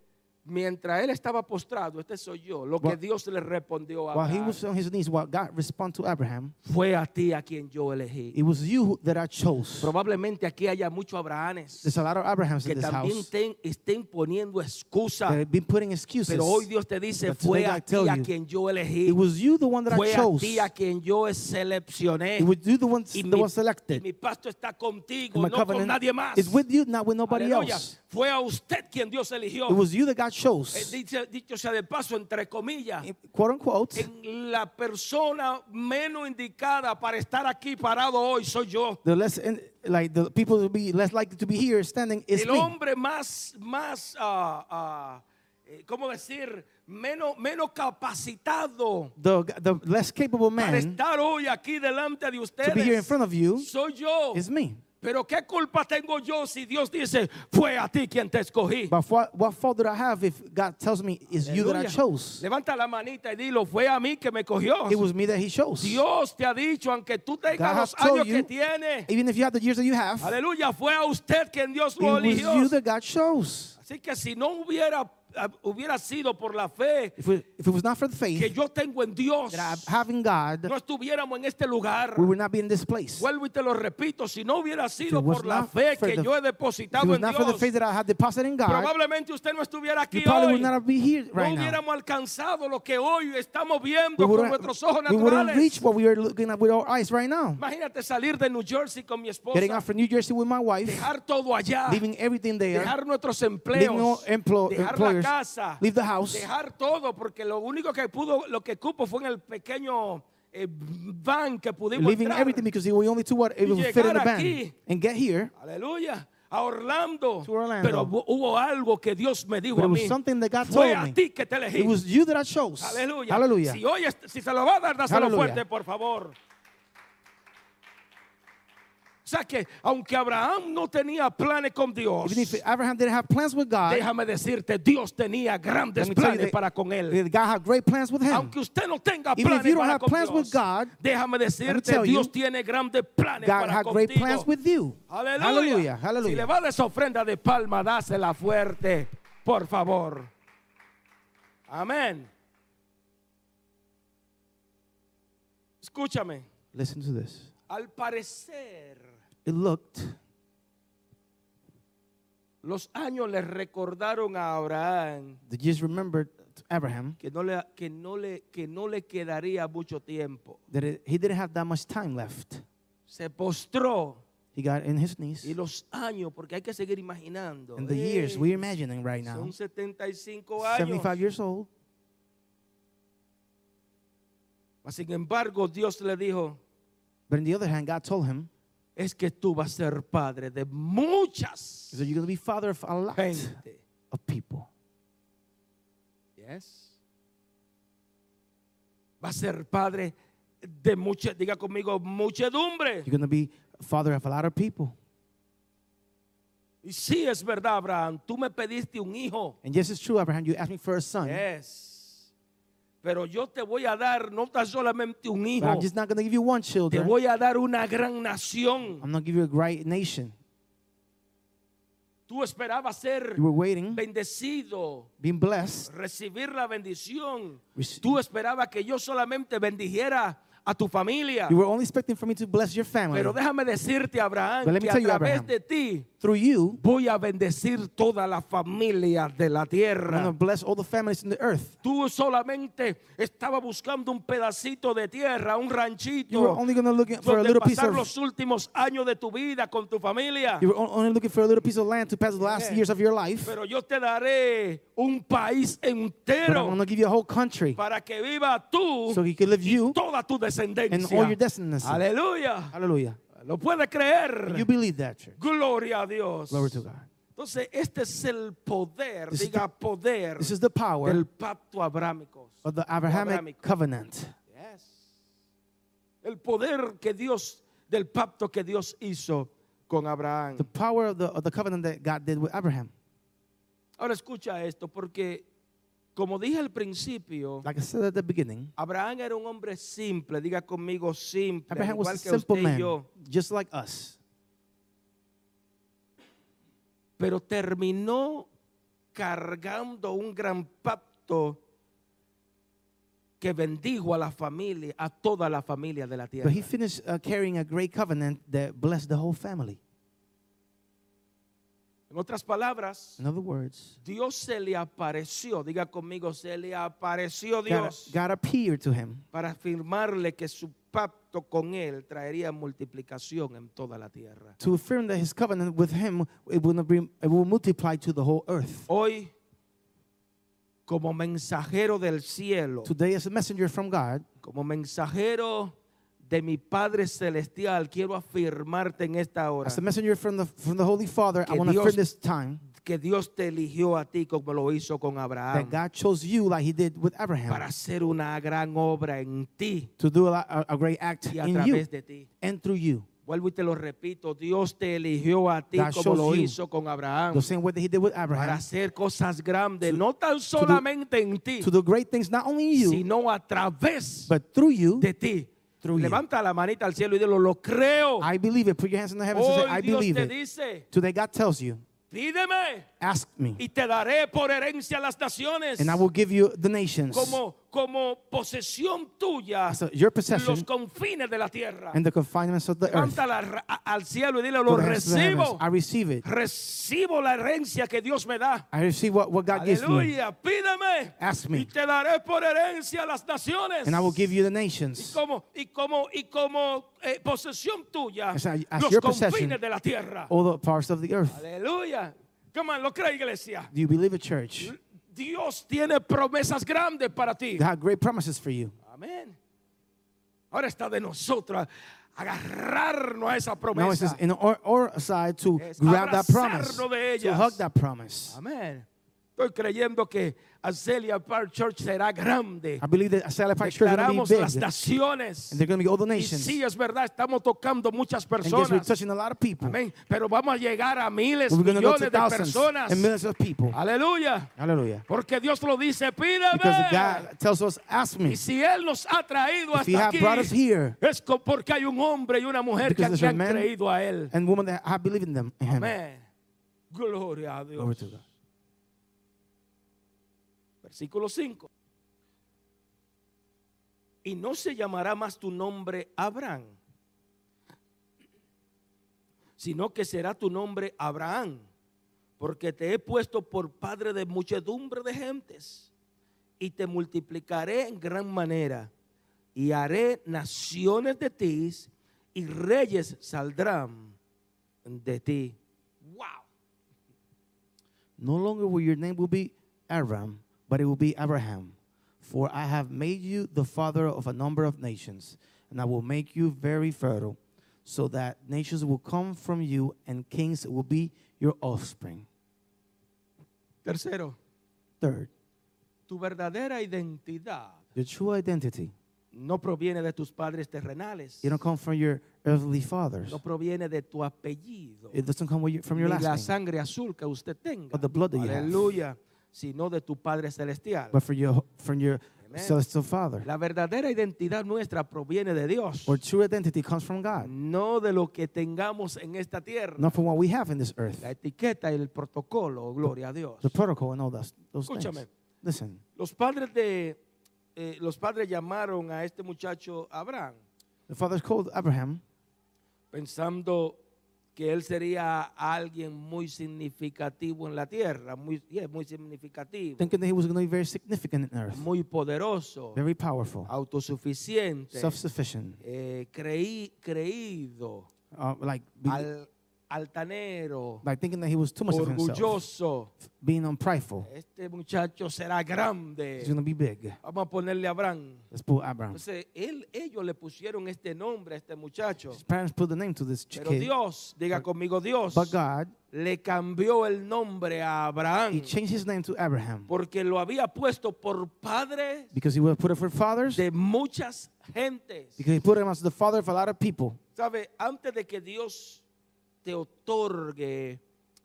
A: Mientras él estaba postrado, este soy yo, lo que
B: While-
A: Dios le respondió a
B: While he
A: Abraham.
B: was on his knees, while God responded to Abraham,
A: fue a ti a quien yo elegí.
B: it was you who- that I chose.
A: Probablemente aquí haya muchos Abrahames
B: There's a lot of Abrahams
A: que
B: in this
A: también
B: house
A: ten- estén poniendo
B: that
A: excusas.
B: have been putting excuses.
A: Pero hoy Dios te dice,
B: But
A: fue
B: today
A: a
B: I
A: ti
B: tell
A: a
B: you,
A: quien yo elegí.
B: It was you, the one that
A: Fue
B: I
A: a
B: chose.
A: ti a quien yo seleccioné.
B: It was you, the one
A: Y
B: that
A: mi,
B: was
A: y mi
B: selected.
A: pacto está
B: And
A: contigo,
B: my
A: no con nadie más.
B: is with you, not with nobody
A: Aleluya.
B: else.
A: Fue a usted quien Dios eligió.
B: It was you that God
A: Eh,
B: chose.
A: dicho, dicho sea de paso, entre comillas,
B: Quote unquote,
A: en la persona menos indicada para estar aquí parado hoy soy yo.
B: the less in, like the people will be less likely to be here standing is
A: el
B: me.
A: hombre más, más, ah, ah, eh, ¿cómo decir? Menos, menos capacitado
B: The the less capable
A: para
B: man
A: estar hoy aquí delante de ustedes.
B: to be here in front of you
A: Soy yo.
B: is me.
A: Pero ¿qué culpa tengo yo si Dios dice, fue a ti quien te escogí?
B: But what, what fault did I have if God tells me it's you that I
A: Aleluya.
B: chose?
A: Levanta la manita y dilo, fue a mí que me cogió.
B: It was me that He chose.
A: Dios te ha dicho, aunque tú tengas
B: God
A: los
B: has told
A: años que
B: you-
A: tienes,
B: Even if you have the years that you have, it
A: aleluya, fue a usted quien Dios lo
B: was
A: eligió.
B: you that God chose.
A: Así que si no hubiera, ah, hubiera sido por la fe,
B: If it, if it was not for the
A: que
B: faith
A: yo tengo en Dios
B: that I, having God,
A: no estuviéramos en este lugar.
B: we would not be in this place.
A: Vuelvo y te lo repito, si no hubiera sido
B: it was
A: por la
B: not
A: fe
B: for
A: que
B: the-
A: yo he
B: If it
A: depositado
B: was
A: en
B: not for the
A: Dios,
B: faith that I had deposited in God,
A: probablemente usted no estuviera
B: we
A: aquí
B: probably
A: hoy.
B: would not be here
A: No
B: right now.
A: hubiéramos alcanzado lo que hoy estamos
B: We
A: viendo con nuestros ojos
B: wouldn't, we wouldn't reach
A: naturales.
B: what we are looking at with our eyes right now.
A: Imagínate salir de New Jersey con mi
B: Getting out
A: esposa,
B: from New Jersey with my wife,
A: dejar todo allá,
B: leaving everything there,
A: dejar nuestros
B: leaving our
A: empleos,
B: emplo-
A: dejar la
B: employers,
A: casa,
B: leave the house,
A: dejar todo, porque lo único que pudo, lo que cupo fue en el pequeño eh, van que pudimos
B: leaving
A: entrar.
B: everything because we only two what it
A: Y
B: will fit in the
A: llegar aquí.
B: van and get here.
A: Aleluya. a Orlando,
B: To Orlando.
A: pero hubo, hubo algo que Dios me dijo
B: But
A: a
B: it was
A: mí.
B: something that God
A: Fue
B: told
A: a
B: me.
A: ti que te elegí.
B: It was you that I chose.
A: Aleluya.
B: Hallelujah.
A: Si, hoy est- si se lo va a dar, dáselo
B: Aleluya.
A: fuerte, por favor. O sea que, aunque Abraham no tenía planes con Dios,
B: Even if Abraham didn't have plans with God,
A: déjame decirte, Dios tenía
B: "Ah, eh". let
A: grandes
B: me tell you
A: planes
B: that-
A: para con él.
B: that God had great plans with him.
A: Aunque usted no tenga
B: Even if
A: planes
B: you don't
A: para
B: have
A: con
B: plans
A: Dios,
B: with God,
A: déjame decirte,
B: tell you,
A: Dios tiene grandes planes
B: God
A: para
B: had great
A: contigo.
B: plans with you.
A: Aleluya.
B: Hallelujah.
A: Si le
B: Hallelujah.
A: va a dar esa ofrenda de palma, dásela fuerte, por favor. Amén. Escúchame.
B: Listen to this.
A: Al parecer,
B: It looked
A: los años le recordaron a Abraham
B: they just remembered to Abraham
A: que no le, que no le, que no le quedaría mucho tiempo.
B: that it- he didn't have that much time left.
A: Se postró
B: He got in his knees.
A: y los años, porque hay que seguir imaginando.
B: And the
A: eh,
B: years we're imagining right now,
A: son 75 años.
B: 75 years old.
A: Mas, Sin embargo, Dios le dijo,
B: But on the other hand, God told him,
A: es que tú vas a ser padre de muchas
B: He said, You're going to be father of a lot
A: gente.
B: of people.
A: Yes. Vas a ser padre de mucha, diga conmigo, muchedumbre.
B: You're going to be father of a lot of people.
A: Y sí es verdad, Abraham, tú me pediste un hijo.
B: And yes, it's true, Abraham, you asked me for a son.
A: Yes. Pero yo te voy a dar no tan solamente un
B: But
A: hijo,
B: I'm just not going to give you one
A: te
B: children.
A: voy a dar una gran nación.
B: I'm not going to give you a great nation.
A: Tú esperabas ser
B: You were waiting,
A: bendecido,
B: being blessed.
A: recibir la bendición.
B: Reci-
A: Tú esperabas que yo solamente bendijera a tu familia.
B: You were only expecting for me to bless your family.
A: Pero déjame decirte, Abraham,
B: But let me
A: que a
B: tell you,
A: través
B: Abraham.
A: de ti
B: Through you,
A: voy a bendecir toda la familia de la
B: I'm going to
A: tierra.
B: bless all the families in the earth.
A: Tú solamente estabas buscando un pedacito de tierra, un
B: You were
A: ranchito,
B: only going to look for a
A: donde
B: little piece
A: pasar
B: of
A: los últimos años de tu vida con tu familia.
B: you were on- only looking for a little piece of land to pass the last
A: Yeah.
B: years of your life.
A: Pero yo te daré un país
B: But I'm
A: entero
B: going to give you a whole country
A: para que viva tú
B: so you can live you.
A: toda tu
B: and all your
A: descendencia.
B: destinies.
A: Aleluya.
B: Hallelujah.
A: ¿Lo puedes
B: You
A: creer?
B: believe that, church.
A: Gloria a Dios.
B: Glory to God.
A: Entonces, este es el poder,
B: This is
A: diga poder,
B: This is the power
A: del pacto abrámico.
B: of the Abrahamic
A: Abrahamic.
B: covenant.
A: Yes. El poder que Dios, del pacto que Dios hizo con Abraham.
B: The power of the, of the covenant that God did with Abraham.
A: Ahora escucha esto, porque como dije al principio,
B: Like I said at the beginning,
A: Abraham era un hombre simple, diga conmigo simple,
B: Abraham was
A: igual
B: a
A: que usted
B: simple
A: y
B: man,
A: yo,
B: just like us.
A: pero terminó cargando un gran pacto que bendijo a la familia, a toda la familia de la tierra.
B: But he finished uh, carrying a great covenant that blessed the whole family.
A: En otras palabras,
B: In other words,
A: Dios se le apareció, diga conmigo, se le apareció
B: God,
A: Dios
B: God appeared to him
A: para afirmarle que su pacto con él traería multiplicación en toda la tierra.
B: to affirm that his covenant with him it will, not be, it will multiply to the whole earth.
A: Hoy, como mensajero del cielo,
B: Today, as a messenger from God,
A: como mensajero de mi Padre Celestial, quiero afirmarte en esta hora
B: as a messenger from the, from the Holy Father, I
A: Que
B: want to
A: Dios-
B: affirm this time
A: que Dios te eligió a ti como lo hizo con
B: that
A: Abraham
B: God chose you like He did with Abraham
A: para hacer una gran obra en ti
B: to do a, lot- a- a great act
A: y a
B: in you
A: través de ti.
B: and through you.
A: Vuelvo y te lo repito, Dios te eligió a ti
B: God
A: como
B: chose
A: lo
B: you.
A: hizo con Abraham
B: The same way that He did with
A: para
B: Abraham
A: hacer cosas grandes, no tan solamente en ti,
B: to do great things not only in you
A: sino a través
B: but through you.
A: de ti.
B: Through you.
A: Levanta la manita al cielo y dilo, lo creo.
B: I believe it. Put your hands in the heavens and
A: Hoy
B: say, "I
A: Dios
B: believe
A: te
B: it."
A: dice,
B: Today, God tells you,
A: pídeme
B: "Ask me,
A: y te daré por herencia las naciones
B: and I will give you the nations
A: como, como posesión tuya
B: as a- your
A: los
B: possession
A: confines de la tierra.
B: and the confinements of the earth."
A: Levanta la ra- a- al cielo y dile,
B: Put
A: lo
B: your hands in the heavens.
A: recibo.
B: I receive it.
A: Recibo la herencia que Dios me da.
B: I receive what, what God gives me,
A: Aleluya, pídeme.
B: Ask me.
A: Y te daré por herencia las naciones.
B: and I will give you the
A: y
B: nations
A: como y como y como eh, posesión tuya
B: As I- as
A: los
B: your
A: confines
B: possession. Oh.
A: de la tierra.
B: all the parts of the earth.
A: Aleluya. Come on, lo cree iglesia.
B: Do you believe it, church?
A: Dios tiene promesas grandes para ti.
B: God had great promises for you.
A: Amén. Ahora está de nosotros agarrarnos a esa
B: Now it says,
A: promesa.
B: in our, our side to
A: Es
B: grab that promise,
A: abrazarnos de
B: to
A: ellas.
B: hug that promise.
A: Amén. Estoy creyendo que Azalea Park Church será grande.
B: I believe that Asala Park Church is going
A: Declaramos
B: to be
A: las
B: big, and
A: naciones.
B: they're going to be all the
A: Y
B: nations.
A: sí, es verdad, estamos tocando muchas
B: And yes, we're
A: personas.
B: touching a lot of people.
A: Amén. Pero vamos a llegar a miles,
B: We're going to go
A: millones
B: to
A: de
B: thousands
A: personas.
B: and millions of people.
A: Aleluya.
B: Hallelujah.
A: Porque Dios lo dice,
B: Because
A: pídame.
B: God tells us, ask me.
A: Y si Él nos ha traído
B: If He
A: hasta
B: had
A: aquí,
B: brought us here,
A: es co- porque hay un hombre y una mujer que
B: Because
A: le
B: there's a
A: han
B: man
A: creído a Él.
B: and woman that I believe in them. In him.
A: Amén. Gloria a Dios.
B: Glory to God.
A: Versículo 5. Y no se llamará más tu nombre Abraham, sino que será tu nombre Abraham, porque te he puesto por padre de muchedumbre de gentes, y te multiplicaré en gran manera, y haré naciones de ti, y reyes saldrán de ti. Wow.
B: No longer will your name will be Aram, but it will be Abraham. For I have made you the father of a number of nations, and I will make you very fertile, so that nations will come from you, and kings will be your offspring.
A: Tercero,
B: Third,
A: tu verdadera identidad
B: your true identity.
A: no proviene de tus padres terrenales.
B: You don't come from your earthly fathers.
A: No proviene de tu apellido.
B: It doesn't come with you, from your
A: ni la
B: last name,
A: sangre azul que usted tenga.
B: Or the blood that you have.
A: Aleluya. Sino de tu Padre Celestial.
B: but from your from your
A: Amen.
B: celestial father.
A: La verdadera identidad nuestra proviene de Dios.
B: Our true identity comes from God,
A: No de lo que tengamos en esta tierra.
B: not from what we have in this earth.
A: La etiqueta y el protocolo, gloria a Dios.
B: The protocol and all those, those
A: Escúchame.
B: things. Listen,
A: Los padres de eh, los padres llamaron a este muchacho Abraham,
B: the father's called Abraham,
A: pensando que él sería alguien muy significativo en la tierra, muy, yeah, muy significativo.
B: thinking that he was going to be very significant in earth,
A: muy poderoso,
B: very powerful,
A: autosuficiente,
B: self-sufficient,
A: eh, creí, creído,
B: uh, like be-
A: al- altanero,
B: like thinking that he was too much of himself,
A: orgulloso.
B: being unprideful.
A: Este muchacho será grande.
B: He's going to be big.
A: Vamos a ponerle Abraham.
B: Let's pull Abraham.
A: Entonces, él, ellos le pusieron este nombre a este muchacho.
B: His parents put the name to this
A: Pero
B: kid,
A: Dios, diga conmigo Dios,
B: but God,
A: le cambió el nombre a
B: he
A: Abraham
B: changed his name to Abraham
A: porque lo había puesto por padre
B: because he was put it for fathers.
A: de muchas gentes.
B: Because he put him as the father of a lot of people.
A: ¿Sabe? Antes de que Dios te otorgue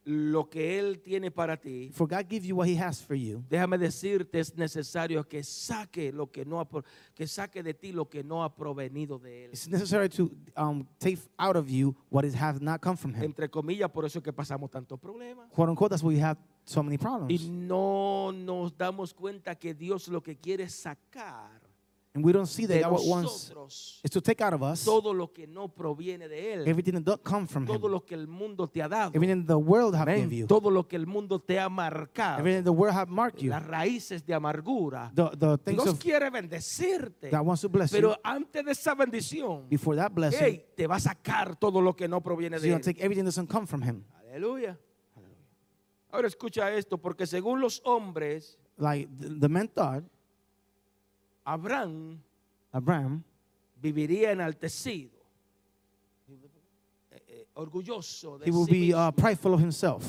A: lo que Él tiene para ti,
B: For God give you what he has for you.
A: déjame decirte, es necesario que saque lo que no ha pro- que saque de ti lo que no ha provenido de Él.
B: It's necessary to um, take out of you what is have not come from him.
A: Entre comillas, por eso es que pasamos tantos problemas.
B: Quote unquote, that's why we have so many
A: Y
B: problems.
A: no nos damos cuenta que Dios lo que quiere es sacar
B: And we don't see that
A: de
B: God wants
A: nosotros
B: is to take out of us
A: todo lo que no proviene de Él,
B: everything that does come from
A: todo
B: him.
A: lo que el mundo te ha dado,
B: Everything the world have
A: amén,
B: given you.
A: todo lo que el mundo te ha marcado.
B: Everything the world have marked you.
A: las raíces de amargura.
B: The, the things
A: Dios
B: of
A: quiere bendecirte,
B: God wants to bless you.
A: pero antes de esa bendición,
B: Before that blessing,
A: hey, te va a sacar todo lo que no proviene
B: so
A: de
B: you don't
A: él.
B: take everything that doesn't come from him.
A: Aleluya. Ahora escucha esto, porque según los hombres,
B: Like the, the man thought,
A: Abraham
B: Abraham,
A: viviría enaltecido, eh, eh, orgulloso de
B: he will
A: sí
B: be
A: mismo.
B: uh, prideful of himself.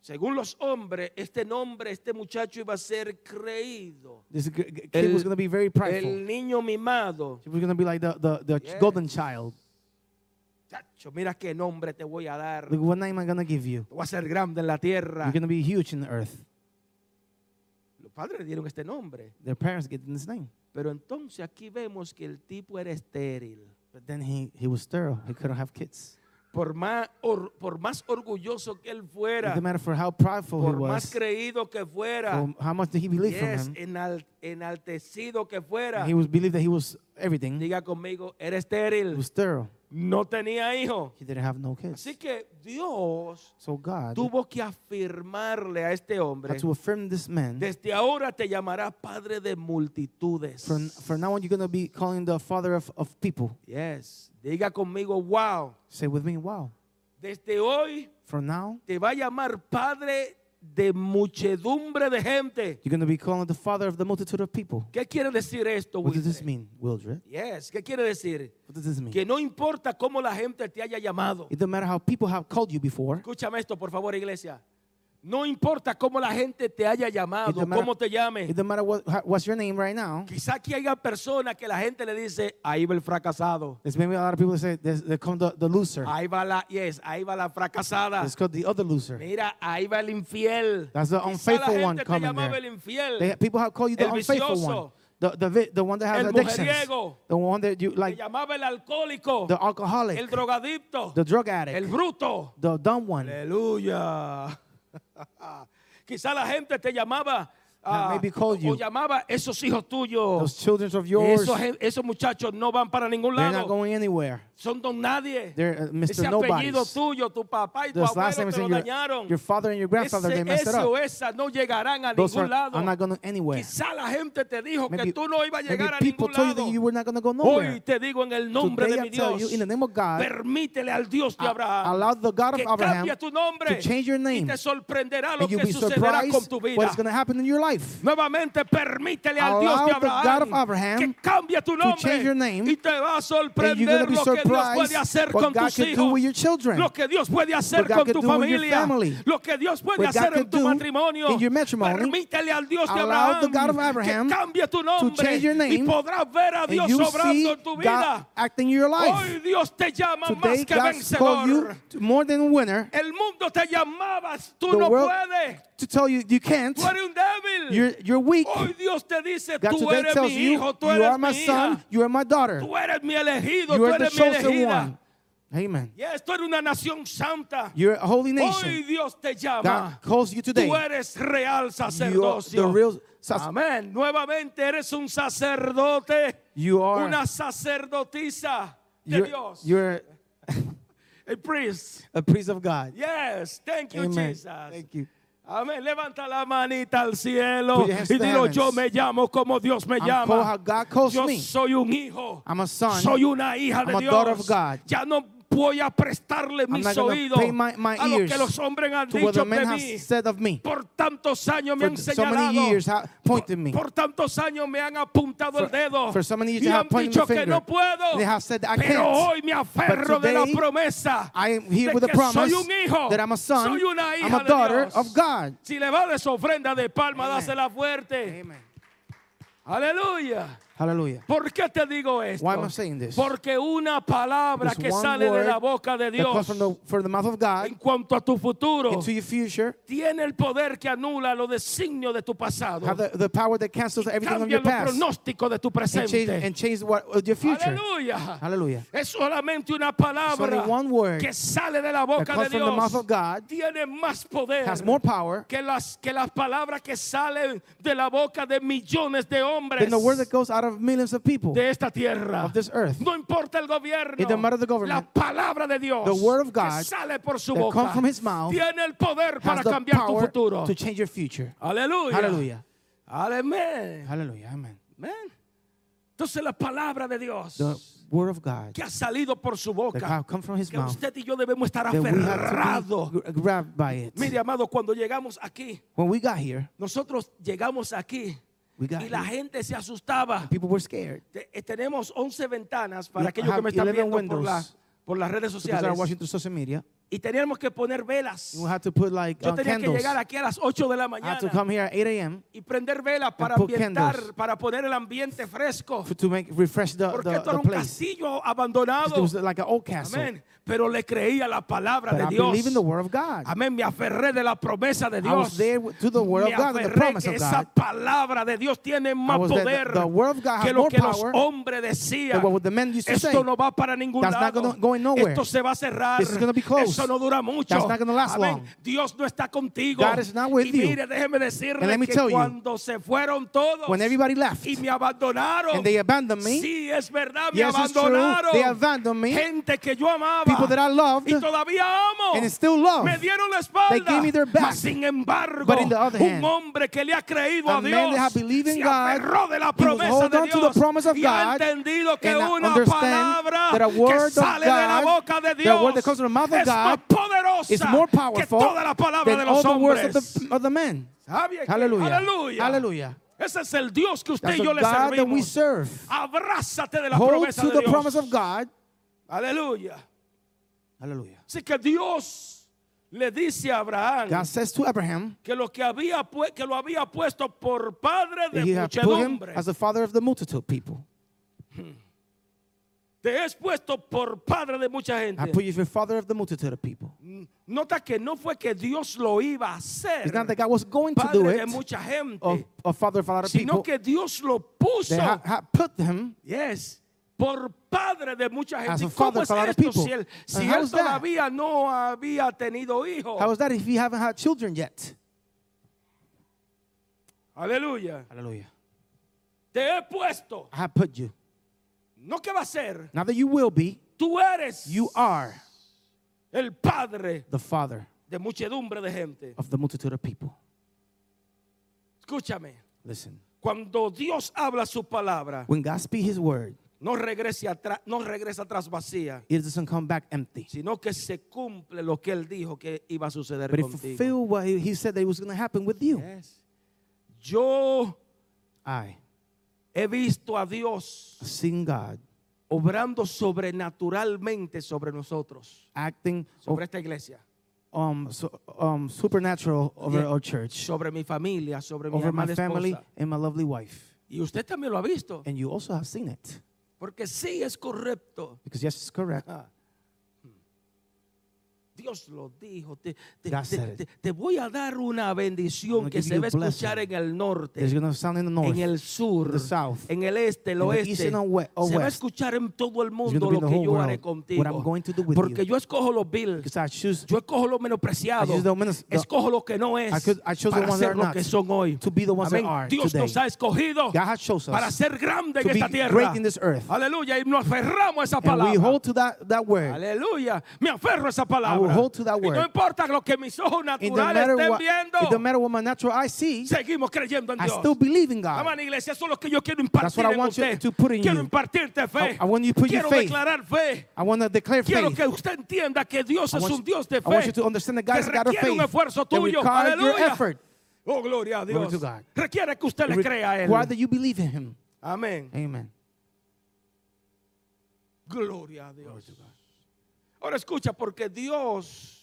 A: Según los hombres, este nombre, este muchacho iba a ser creído.
B: This g- g- kid
A: El-
B: was going to be very prideful.
A: El niño mimado.
B: She was gonna be like the the, the
A: Yes.
B: golden child.
A: Chacho, mira qué nombre te voy a dar.
B: Look, what name am I gonna give you?
A: Tú vas a ser grande en la tierra.
B: You're gonna be huge in the earth.
A: Los padres le dieron este nombre.
B: Their parents gave them this name.
A: Pero entonces aquí vemos que el tipo era estéril.
B: But then he he was sterile. He couldn't have kids.
A: Por más, or- por más orgulloso que él
B: It
A: fuera,
B: doesn't matter for how prideful he
A: por más
B: was,
A: creído que fuera,
B: or how much did he believe
A: yes,
B: from him?
A: enal- enaltecido que fuera,
B: He was believed that he was everything.
A: diga conmigo, era
B: He
A: estéril,
B: was sterile.
A: no tenía hijo.
B: He didn't have no kids.
A: Así que Dios
B: So God
A: tuvo que afirmarle a este hombre,
B: had to affirm this man.
A: desde ahora te llamará padre de multitudes.
B: For, for now on, you're gonna be calling the father of, of people.
A: Yes, diga conmigo, wow,
B: Say with me, wow.
A: desde hoy
B: From now,
A: te va a llamar padre de muchedumbre de gente.
B: You're going to be called the father of the multitude of people.
A: ¿Qué quiere decir esto,
B: What does this
A: Wilfred?
B: mean, Wildred?
A: Yes, ¿qué quiere decir?
B: What does this mean?
A: Que no importa cómo la gente te haya llamado.
B: It doesn't matter how people have called you before.
A: Escúchame esto, por favor, iglesia. No importa cómo la gente te haya
B: It
A: llamado,
B: doesn't matter,
A: cómo te
B: it
A: llame.
B: doesn't matter what, how- what's your name right now.
A: Quizá aquí haya personas que la gente le dice, ahí va el fracasado.
B: There's maybe a lot of people say there's- they come the, the loser.
A: Ahí va la, yes, ahí va la fracasada.
B: It's called the other loser.
A: Mira, ahí va el infiel.
B: That's the
A: Quizá
B: unfaithful
A: la
B: one
A: gente te
B: coming
A: llamaba
B: there.
A: el infiel.
B: They, people have called you the
A: El
B: unfaithful
A: vicioso.
B: one, the, the, vi- the one that has
A: El
B: addictions,
A: mujeriego.
B: the one that you
A: te
B: like,
A: llamaba el alcohólico,
B: the alcoholic,
A: el drogadicto,
B: the drug
A: el
B: addict,
A: bruto.
B: the dumb one.
A: Aleluya. Quizá la gente te llamaba ah,
B: maybe called
A: o
B: you.
A: llamaba esos hijos
B: Those
A: tuyos.
B: children of yours,
A: Esos, gen- esos muchachos no van para ningún
B: they're not
A: lado.
B: going anywhere.
A: Son don nadie.
B: They're, uh, Mr.
A: Ese apellido
B: Nobody's.
A: tuyo, tu papá y tu
B: Those last
A: abuelo
B: names
A: te lo
B: and your,
A: dañaron.
B: your father and your grandfather,
A: Ese-
B: they messed it
A: ese o
B: up.
A: esa no llegarán a
B: Those
A: ningún
B: are,
A: lado.
B: are not going anywhere.
A: Quizá la gente te dijo que
B: Pues, Maybe,
A: tú no ibas a
B: maybe
A: llegar a
B: people
A: ningún
B: told you
A: lado.
B: that you were not going to
A: Hoy
B: go nowhere.
A: te digo en el nombre
B: Today
A: de
B: I
A: mi
B: tell you,
A: Dios,
B: in the name of God,
A: permítele al Dios de
B: a-
A: Abraham
B: allow the God of
A: que
B: Abraham
A: cambie tu nombre
B: to change your
A: y
B: name.
A: te sorprenderá lo
B: and you'll
A: que
B: be
A: sucederá
B: surprised
A: con tu vida.
B: what's going to happen in your life.
A: Nuevamente permítele al Dios
B: Allow
A: de
B: the God
A: Abraham,
B: of Abraham
A: que cambie tu nombre
B: change your name,
A: y te va a
B: And you're going to
A: sorprender lo que
B: be
A: Dios puede
B: surprised
A: hacer
B: what
A: con
B: God
A: tus
B: can do with
A: hijos,
B: your children.
A: lo que Dios puede hacer
B: what God
A: con
B: can
A: tu
B: do with your
A: familia,
B: family,
A: lo que Dios puede
B: what God
A: hacer en
B: can
A: tu
B: do
A: matrimonio.
B: in your matrimony.
A: Permítele al Dios de
B: Allow the God of
A: Abraham
B: Abraham
A: que cambie tu nombre
B: change your
A: y
B: name,
A: podrás ver a
B: and
A: Dios
B: you
A: obrando
B: see
A: en tu
B: God
A: vida.
B: acting in your
A: Hoy
B: life.
A: Dios te llama más
B: Today,
A: que
B: God called you
A: vencedor.
B: to- more than a winner
A: El mundo te llamaba, tú
B: The
A: no
B: world-
A: puedes,
B: to tell you you can't.
A: tú eres un débil.
B: You're, you're weak.
A: Hoy Dios te dice,
B: God
A: tú
B: today
A: eres mi
B: tells you,
A: hijo, tú
B: you
A: eres
B: are
A: mi
B: my son,
A: hija,
B: you are my daughter,
A: tú eres mi elegido,
B: you
A: tú
B: are the
A: eres mi
B: chosen one.
A: elegida.
B: Amen.
A: Yes, tú eres una nación santa.
B: You're a holy
A: Hoy
B: nation.
A: Dios te llama.
B: God calls you today.
A: Tú eres real
B: You are the
A: sacerdocio.
B: real sac-
A: Amén. Nuevamente eres un sacerdote,
B: You are
A: una sacerdotisa de
B: you're,
A: Dios.
B: you're
A: A priest.
B: a priest of God.
A: Yes, thank you,
B: Amen.
A: Jesus.
B: Thank you.
A: Amén. Levanta la manita al cielo
B: Put your hands
A: y
B: to the
A: dilo:
B: heavens.
A: Yo me llamo como Dios me
B: I'm called how
A: llama.
B: God calls
A: Yo
B: me.
A: soy un hijo.
B: I'm a son.
A: Soy una hija
B: I'm
A: de
B: a daughter of
A: Dios.
B: God.
A: Ya no voy a prestarle mis
B: not gonna
A: oídos
B: pay my- my
A: a lo que
B: ears
A: los hombres han
B: to what
A: dicho
B: the
A: de
B: man
A: mí.
B: has said of me.
A: Por tantos años me
B: For
A: han
B: so
A: señalado.
B: many years, ha- pointed me.
A: Por tantos años me han apuntado el
B: For-
A: dedo.
B: for so many years
A: y
B: they have
A: han
B: pointed
A: dicho
B: my
A: que
B: finger.
A: no puedo.
B: They have said, "I
A: pero
B: can't."
A: hoy me aferro de la
B: today,
A: promesa.
B: I am here
A: de
B: with a
A: que
B: promise
A: soy un hijo,
B: that I'm a son,
A: soy una hija
B: I'm a
A: de
B: daughter
A: Dios.
B: of God.
A: Si le va de su ofrenda de palma,
B: Amen.
A: dásela fuerte.
B: Amen.
A: Aleluya.
B: Hallelujah.
A: ¿Por qué te digo esto?
B: Why am I saying this?
A: Porque una palabra
B: There's
A: que
B: one
A: sale de
B: word
A: la boca de
B: that
A: Dios
B: comes from the, from the mouth of God
A: en cuanto a tu futuro
B: into your future
A: tiene el poder que anula los designios de tu pasado.
B: have the, the power that cancels everything on
A: Cambia
B: your
A: los
B: past
A: pronósticos de tu
B: and change,
A: presente.
B: and change what, of your future.
A: Aleluya.
B: Hallelujah.
A: Es solamente una
B: There's
A: palabra
B: only one word
A: que sale de la
B: That
A: boca de
B: comes from the mouth
A: Dios.
B: of God
A: Tiene más poder
B: has more power
A: que las que las palabras que salen de la boca de millones de hombres
B: than the word that goes out of millions of people.
A: de esta tierra.
B: of this earth.
A: No importa el gobierno.
B: It doesn't matter the government.
A: La palabra de Dios
B: The word of
A: que
B: God
A: sale por su
B: that
A: boca
B: comes from his mouth
A: tiene el poder para
B: Has the
A: cambiar tu
B: power
A: futuro.
B: to change your future.
A: Aleluya.
B: Hallelujah.
A: Amén.
B: Hallelujah. Amen.
A: Amén. Entonces la palabra de Dios
B: The word of God
A: que ha salido por su
B: that
A: boca,
B: have come from his
A: que
B: mouth
A: usted y yo debemos estar
B: that we have
A: aferrados.
B: to be gr- grabbed by it.
A: Mire, amado, cuando llegamos aquí,
B: When we got here,
A: nosotros llegamos aquí
B: We got
A: y la
B: here.
A: gente se asustaba.
B: people were scared
A: Te- eh, tenemos 11 ventanas para
B: We
A: aquellos que
B: have
A: me están
B: 11
A: viendo por, la-
B: windows.
A: por las redes
B: because they
A: sociales.
B: were watching through social media.
A: Y teníamos que poner velas.
B: We had to put like
A: Yo
B: uh,
A: tenía que
B: candles.
A: llegar aquí a las 8 de la
B: I had to
A: mañana
B: come here at 8 a.m.
A: y prender velas para
B: put
A: ambientar,
B: candles.
A: para poner el ambiente fresco.
B: for- to make refresh the,
A: Porque
B: the,
A: esto
B: the
A: era un
B: place.
A: castillo
B: It
A: abandonado.
B: was like an old castle.
A: Amén. Pero le creía la palabra
B: But
A: de
B: I
A: Dios.
B: believe in the word of God.
A: Amén. Me aferré de la promesa de
B: I was
A: Dios.
B: there with- to the word
A: Me
B: of God and the
A: aferré
B: promise
A: que
B: of
A: esa
B: God.
A: palabra de Dios tiene más
B: was there. The-
A: poder
B: the word of God has
A: que lo
B: more
A: que los
B: power
A: hombres decían.
B: than what the men used to
A: Esto
B: say.
A: no va para ningún
B: That's not
A: lado.
B: gonna- going nowhere.
A: Esto se va a cerrar.
B: This is gonna be closed.
A: Eso no dura mucho.
B: That's not gonna last
A: Amén.
B: long.
A: Dios no está contigo.
B: God is not with
A: y
B: you.
A: mire, déjeme decirle
B: And let me
A: que
B: tell you,
A: cuando se fueron todos
B: When everybody left
A: y me abandonaron,
B: and they abandoned me,
A: sí es verdad, me
B: Yes, it's true.
A: abandonaron.
B: They abandoned me.
A: Gente que yo amaba
B: People that I loved.
A: y todavía amo.
B: And still love.
A: Me dieron la espalda.
B: They gave me their back.
A: Mas, sin embargo,
B: But in the other hand,
A: un hombre que le ha creído
B: a
A: a
B: man
A: Dios
B: that had believed in
A: se
B: God,
A: aferró de la
B: he will
A: promesa
B: hold
A: de
B: on to the
A: Dios
B: promise of
A: y ha
B: God
A: entendido que
B: and
A: una
B: understand
A: palabra
B: that a word
A: que
B: of
A: sale de la
B: God,
A: boca de
B: that
A: Dios
B: word that comes from the mouth of
A: es más
B: God,
A: poderosa
B: It's more
A: que
B: powerful
A: toda la palabra de
B: than all
A: los
B: the words
A: hombres.
B: of the, of the men.
A: ¿Sabe qué?
B: Hallelujah.
A: Aleluya.
B: Hallelujah.
A: Ese es el Dios que usted
B: That's
A: y yo
B: the
A: le
B: God that we
A: servimos.
B: serve.
A: Abrázate de la
B: Hold
A: promesa
B: to
A: de
B: the
A: Dios.
B: promise of God.
A: Aleluya.
B: Hallelujah.
A: Así que Dios le dice a Abraham
B: God says to Abraham
A: que lo que había pu- que lo había puesto por padre de
B: that he had put him
A: muchedumbre.
B: as the father of the multitude people.
A: Te es puesto por padre de mucha
B: I
A: gente.
B: put you for father of the multitude of people.
A: Nota que no fue que Dios lo iba a hacer.
B: It's not that God was going to do
A: padre de
B: it
A: mucha
B: of,
A: gente,
B: of father of a lot of
A: sino
B: people.
A: que Dios lo puso.
B: They ha- had put him
A: Yes. Por padre de mucha
B: As
A: gente.
B: a
A: ¿Y ¿Cómo
B: father
A: es
B: for a lot of
A: esto
B: people.
A: si él, si
B: And how
A: él
B: is that?
A: todavía no había tenido hijos?
B: How is that if you haven't had children yet?
A: Aleluya.
B: Hallelujah.
A: Te he puesto.
B: I have put you.
A: No que va a ser.
B: Now that you will be,
A: Tú eres
B: you are
A: el padre
B: the father
A: de muchedumbre de gente.
B: of the multitude of people.
A: Escúchame.
B: Listen.
A: Cuando Dios habla su palabra,
B: When God speaks his word,
A: no regresa atrás, no regresa atrás vacía,
B: it doesn't come back empty.
A: sino que se cumple lo que él dijo que iba a suceder
B: But it
A: contigo.
B: fulfilled what he he said that it was going to happen with you.
A: Yes. Yo
B: I
A: he visto a Dios
B: seen God
A: obrando sobrenaturalmente sobre nosotros,
B: acting
A: sobre esta iglesia,
B: um, so, um, supernatural over
A: Yeah.
B: our church,
A: sobre mi familia, sobre mi
B: over my
A: amada
B: family Eh.
A: esposa.
B: and my lovely wife.
A: Y usted también lo ha visto,
B: And you also have seen it
A: porque sí es correcto.
B: because yes, it's correct.
A: Ah. Dios lo dijo, te, te-
B: God
A: te-
B: said it.
A: te- te voy a dar una bendición
B: gonna
A: que
B: give
A: se
B: you
A: va a
B: a blessing.
A: escuchar en el norte,
B: It's going to sound in the north.
A: eh. en el sur,
B: the south,
A: en el este, el
B: in the
A: oeste.
B: east and the we- or
A: se va a
B: west.
A: escuchar en todo el
B: gonna
A: mundo lo
B: be in the
A: que
B: whole
A: yo haré
B: world, what
A: contigo.
B: I'm going to do with
A: Porque
B: you.
A: yo escojo los vil,
B: Because I choose
A: yo escojo lo menospreciado,
B: I choose the menos- the-
A: escojo lo que no es
B: I could- I chose the
A: para
B: ones that
A: ser
B: are
A: lo
B: not,
A: que son hoy.
B: to be the ones that
A: Amén.
B: are
A: Dios
B: today.
A: nos ha escogido
B: God has chose us
A: para ser grande en
B: to
A: esta
B: be
A: tierra.
B: great in this earth.
A: Aleluya, y nos aferramos a esa
B: And we
A: palabra.
B: hold to that, that word.
A: Aleluya. Me aferro a esa palabra.
B: I will hold to that
A: Y no
B: word.
A: importa lo que mis ojos
B: It doesn't,
A: naturales
B: matter
A: estén
B: what, it
A: viendo.
B: doesn't matter what my natural eye sees,
A: Seguimos creyendo en
B: I
A: Dios.
B: still believe in God.
A: Amén, iglesia, eso es lo que yo quiero impartir
B: what I
A: en
B: want you
A: usted.
B: to put in
A: quiero
B: you.
A: impartirte fe.
B: I- I want you to put your
A: quiero
B: faith.
A: declarar fe.
B: I want to declare
A: Quiero
B: faith.
A: que usted entienda que Dios
B: I
A: es
B: want
A: un
B: you-
A: Dios de
B: I want
A: fe.
B: you to understand that God
A: que
B: is a God of
A: requiere un
B: faith
A: esfuerzo
B: that
A: tuyo.
B: requires your
A: Aleluya.
B: effort.
A: Oh, gloria a
B: Glory
A: Dios.
B: to God.
A: Requiere que usted le crea a Él.
B: Why do you believe in Him?
A: Amén.
B: Amen.
A: Gloria a Dios. Ahora escucha, porque Dios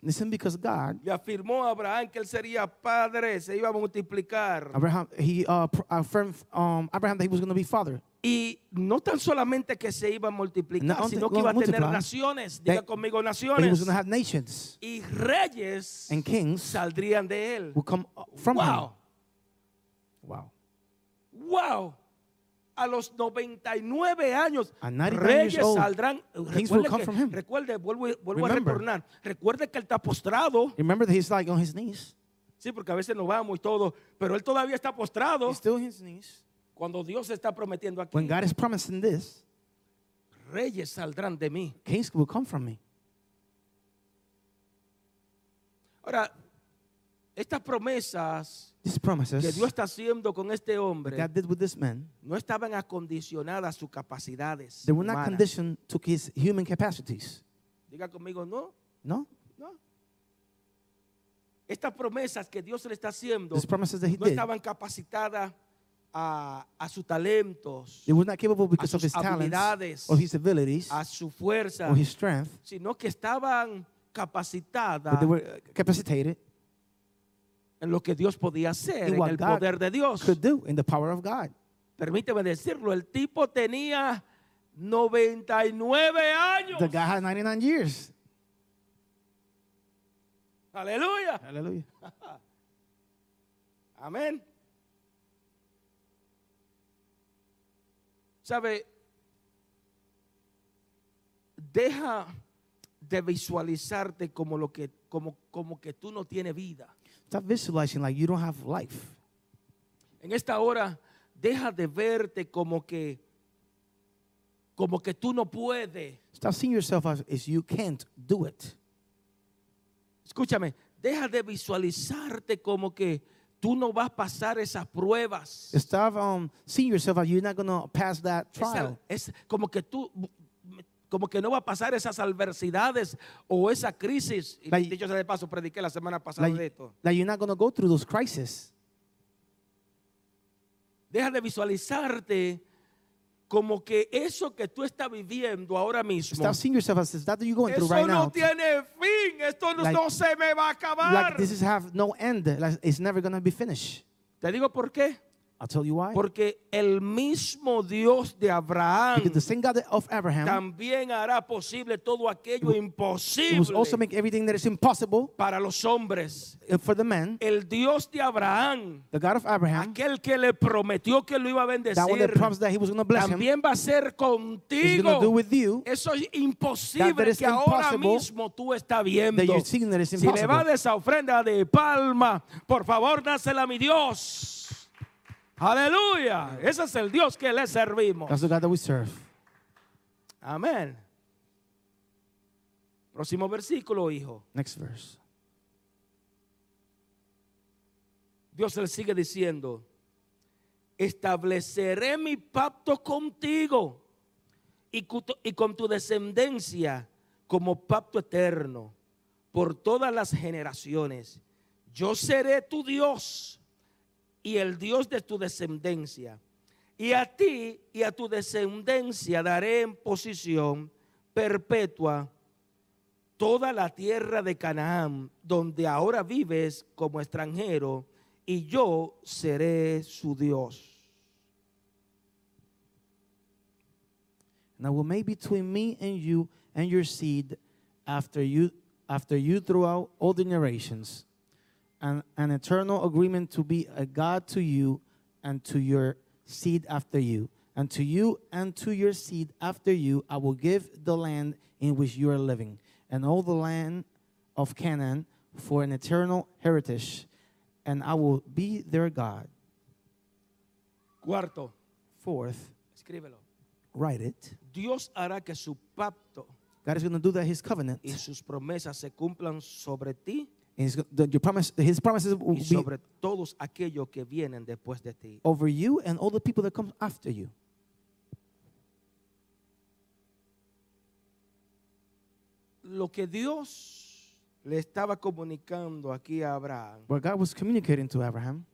B: Listen, because God,
A: le afirmó a Abraham que él sería padre, se iba a multiplicar.
B: Abraham, he uh, pr- affirmed um, Abraham that he was going to be father.
A: Y no tan solamente que se iba a multiplicar,
B: Not only
A: sino que
B: gonna
A: iba a tener
B: multiply,
A: naciones,
B: that-
A: diga conmigo
B: But he was
A: naciones,
B: going to have nations
A: y reyes
B: and kings
A: saldrían de él.
B: will come up from him.
A: Wow,
B: Wow.
A: wow. A los 99 años,
B: At 99
A: reyes
B: years old,
A: saldrán.
B: kings will
A: Recuerde,
B: come
A: que-
B: from him.
A: recuerde, vuelvo, vuelvo a
B: Remember.
A: retornar. Recuerde que él está postrado.
B: Remember that he's like on his knees.
A: Sí, porque a veces nos vamos y todo, pero él todavía está postrado.
B: He's still on his knees.
A: Cuando Dios está prometiendo aquí,
B: When God is promising this,
A: reyes saldrán de mí.
B: kings will come from me.
A: Ahora, estas promesas
B: These
A: que
B: promises
A: Dios está haciendo con este hombre
B: God did with this man,
A: no estaban acondicionadas a sus capacidades.
B: they were not
A: humanas.
B: conditioned to his human capacities.
A: Diga conmigo, no,
B: No?
A: no. Estas promesas que Dios le está haciendo
B: These promises that he
A: no
B: did,
A: estaban capacitadas a, a sus talentos,
B: they were not capable because of
A: sus
B: his talents
A: habilidades,
B: or his abilities
A: a su fuerza,
B: or his strength,
A: sino que estaban capacitadas
B: but they were uh, capacitated
A: en lo que Dios podía hacer,
B: in
A: en
B: what
A: el
B: God
A: poder de Dios.
B: could do in the power of God.
A: permíteme decirlo, el tipo tenía 99 años.
B: The guy had 99 years.
A: Aleluya.
B: Hallelujah.
A: Amén. ¿Sabe? Deja de visualizarte como lo que como como que tú no tienes vida.
B: Stop visualizing like you don't have life.
A: En esta hora deja de verte como que como que tú no puedes.
B: Stop seeing yourself as, as you can't do it.
A: Escúchame, deja de visualizarte como que tú no vas a pasar esas pruebas.
B: Stop um, seeing yourself as you're not going to pass that
A: Esa-
B: trial.
A: es como que tú como que no va a pasar esas adversidades o esa crisis. Y
B: Like-
A: dicho sea de paso, prediqué la semana pasada de
B: Like,
A: esto.
B: like you're not going to go through those crises.
A: Deja de visualizarte como que eso que tú estás viviendo ahora mismo.
B: Stop seeing yourself as that you're going through
A: Eso
B: right
A: no
B: now.
A: tiene fin, esto no,
B: Like-
A: no se me va a acabar.
B: Like this is have no end. Like, it's never going to be finished.
A: Te digo por qué.
B: I'll tell you why.
A: Porque el mismo Dios de
B: Because
A: Abraham
B: the same God of Abraham
A: también hará posible todo aquello
B: it was also
A: imposible
B: make everything that is impossible
A: para los hombres.
B: uh, for the man,
A: El Dios de Abraham,
B: the God of Abraham,
A: aquel que le prometió que lo iba a
B: that one that
A: bendecir,
B: promised that he was going to bless him,
A: también va a ser
B: is going to do
A: contigo.
B: with you
A: Eso es imposible
B: is
A: que ahora
B: impossible
A: mismo tú estás viendo.
B: that you're seeing that is
A: Si le va
B: impossible.
A: de esa ofrenda de palma, por favor, dásela a mi Dios. Aleluya. Ese es el Dios que le servimos.
B: That's the God that we serve.
A: Amén. Próximo versículo, hijo.
B: Next verse.
A: Dios le sigue diciendo, estableceré mi pacto contigo y, cu- y con tu descendencia como pacto eterno por todas las generaciones. Yo seré tu Dios y el Dios de tu descendencia. Y a ti y a tu descendencia daré en posición perpetua toda la tierra de Canaán, donde ahora vives como extranjero, y yo seré su Dios.
B: And I will make between me and you and your seed after you after you throughout all the generations an, an eternal agreement to be a God to you and to your seed after you. And to you and to your seed after you, I will give the land in which you are living, and all the land of Canaan for an eternal heritage, and I will be their God.
A: Cuarto,
B: Fourth,
A: escríbelo.
B: write it.
A: Dios hará que su pacto
B: God is going to do that, His covenant.
A: y sus promesas se cumplan sobre ti
B: And he's, go- the, your promise, his promises
A: y
B: will be
A: sobre todos aquellos que vienen después de ti.
B: over you and all the people that come after you.
A: Lo que Dios le estaba comunicando aquí a Abraham
B: What God was communicating to Abraham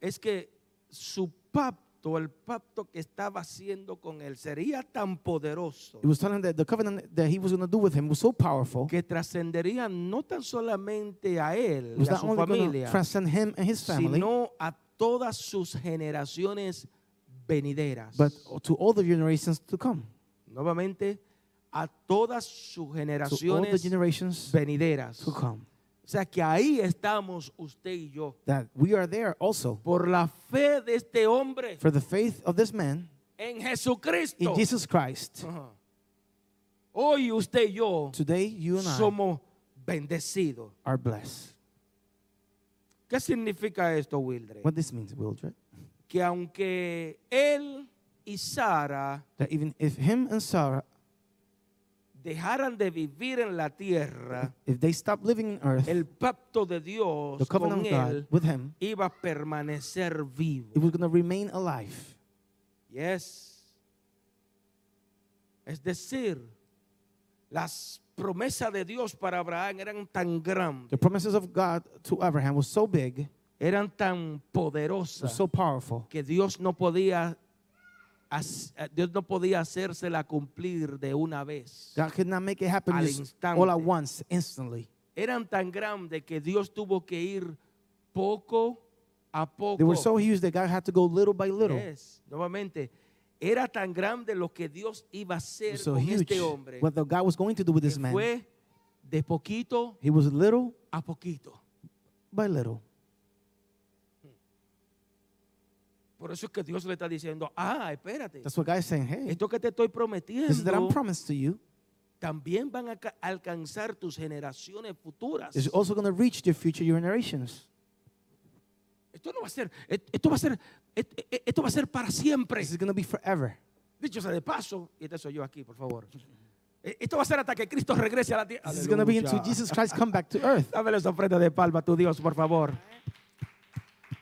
A: es que su pacto, el pacto que estaba haciendo con él, sería tan poderoso
B: He was telling him that the covenant that he was going to do with him was so powerful.
A: que trascendería no tan solamente a él
B: It
A: y
B: was
A: a
B: not
A: su
B: only going to
A: familia,
B: transcend him and his family,
A: sino a todas sus generaciones venideras.
B: but to all the generations to come.
A: Nuevamente, a todas sus
B: To all the
A: generaciones
B: generations
A: venideras.
B: to come.
A: O sea que ahí estamos usted y yo.
B: That we are there also
A: Por la fe de este hombre
B: for the faith of this man
A: en
B: in
A: Jesucristo.
B: Jesus Christ.
A: Ajá. Hoy usted y yo
B: Today, you and I
A: somos bendecidos.
B: are blessed.
A: ¿Qué significa esto, Wildred?
B: What this means, Wildred,
A: que aunque él y Sara
B: that even if him and Sarah,
A: dejaran de vivir en la tierra,
B: if they stop living on earth,
A: el pacto de
B: the
A: Dios con
B: covenant of God
A: él
B: with him
A: iba a permanecer vivo.
B: it was going to remain alive.
A: Yes. Es decir, las promesas de Dios para Abraham eran tan
B: The
A: grandes,
B: promises of God to Abraham was so big,
A: eran tan
B: was
A: poderosas
B: so powerful,
A: que Dios no podía hac- Dios no podía hacérsela cumplir de una vez.
B: God could not make it happen
A: Al
B: just all at
A: instante.
B: once, instantly.
A: eran tan grandes que Dios tuvo que ir poco a poco.
B: They were so huge that God had to go little by little.
A: Yes, nuevamente, era tan grande lo que Dios iba a
B: It
A: hacer
B: was so
A: con
B: huge.
A: este hombre
B: What the God was going to do with
A: que
B: this man,
A: fue de poquito
B: he was little
A: a poquito.
B: by little.
A: Por eso es que Dios le está diciendo, ah, espérate,
B: That's what God is saying. Hey,
A: esto que te estoy
B: this is that I'm
A: prometiendo
B: promised to you.
A: también van a ca- alcanzar tus generaciones futuras.
B: It's also going to reach the future generations.
A: e-, Esto no va a ser, et- esto va a ser, et- et- esto va a ser para siempre.
B: This is going to be forever.
A: Dicho sea de paso, y te soy yo aquí, por favor. Eh, Esto va a ser hasta que Cristo regrese a la tierra.
B: This is going to be until
A: Aleluya.
B: Jesus Christ come back to earth.
A: Dame esa ofrenda de palma a tu Dios, por favor.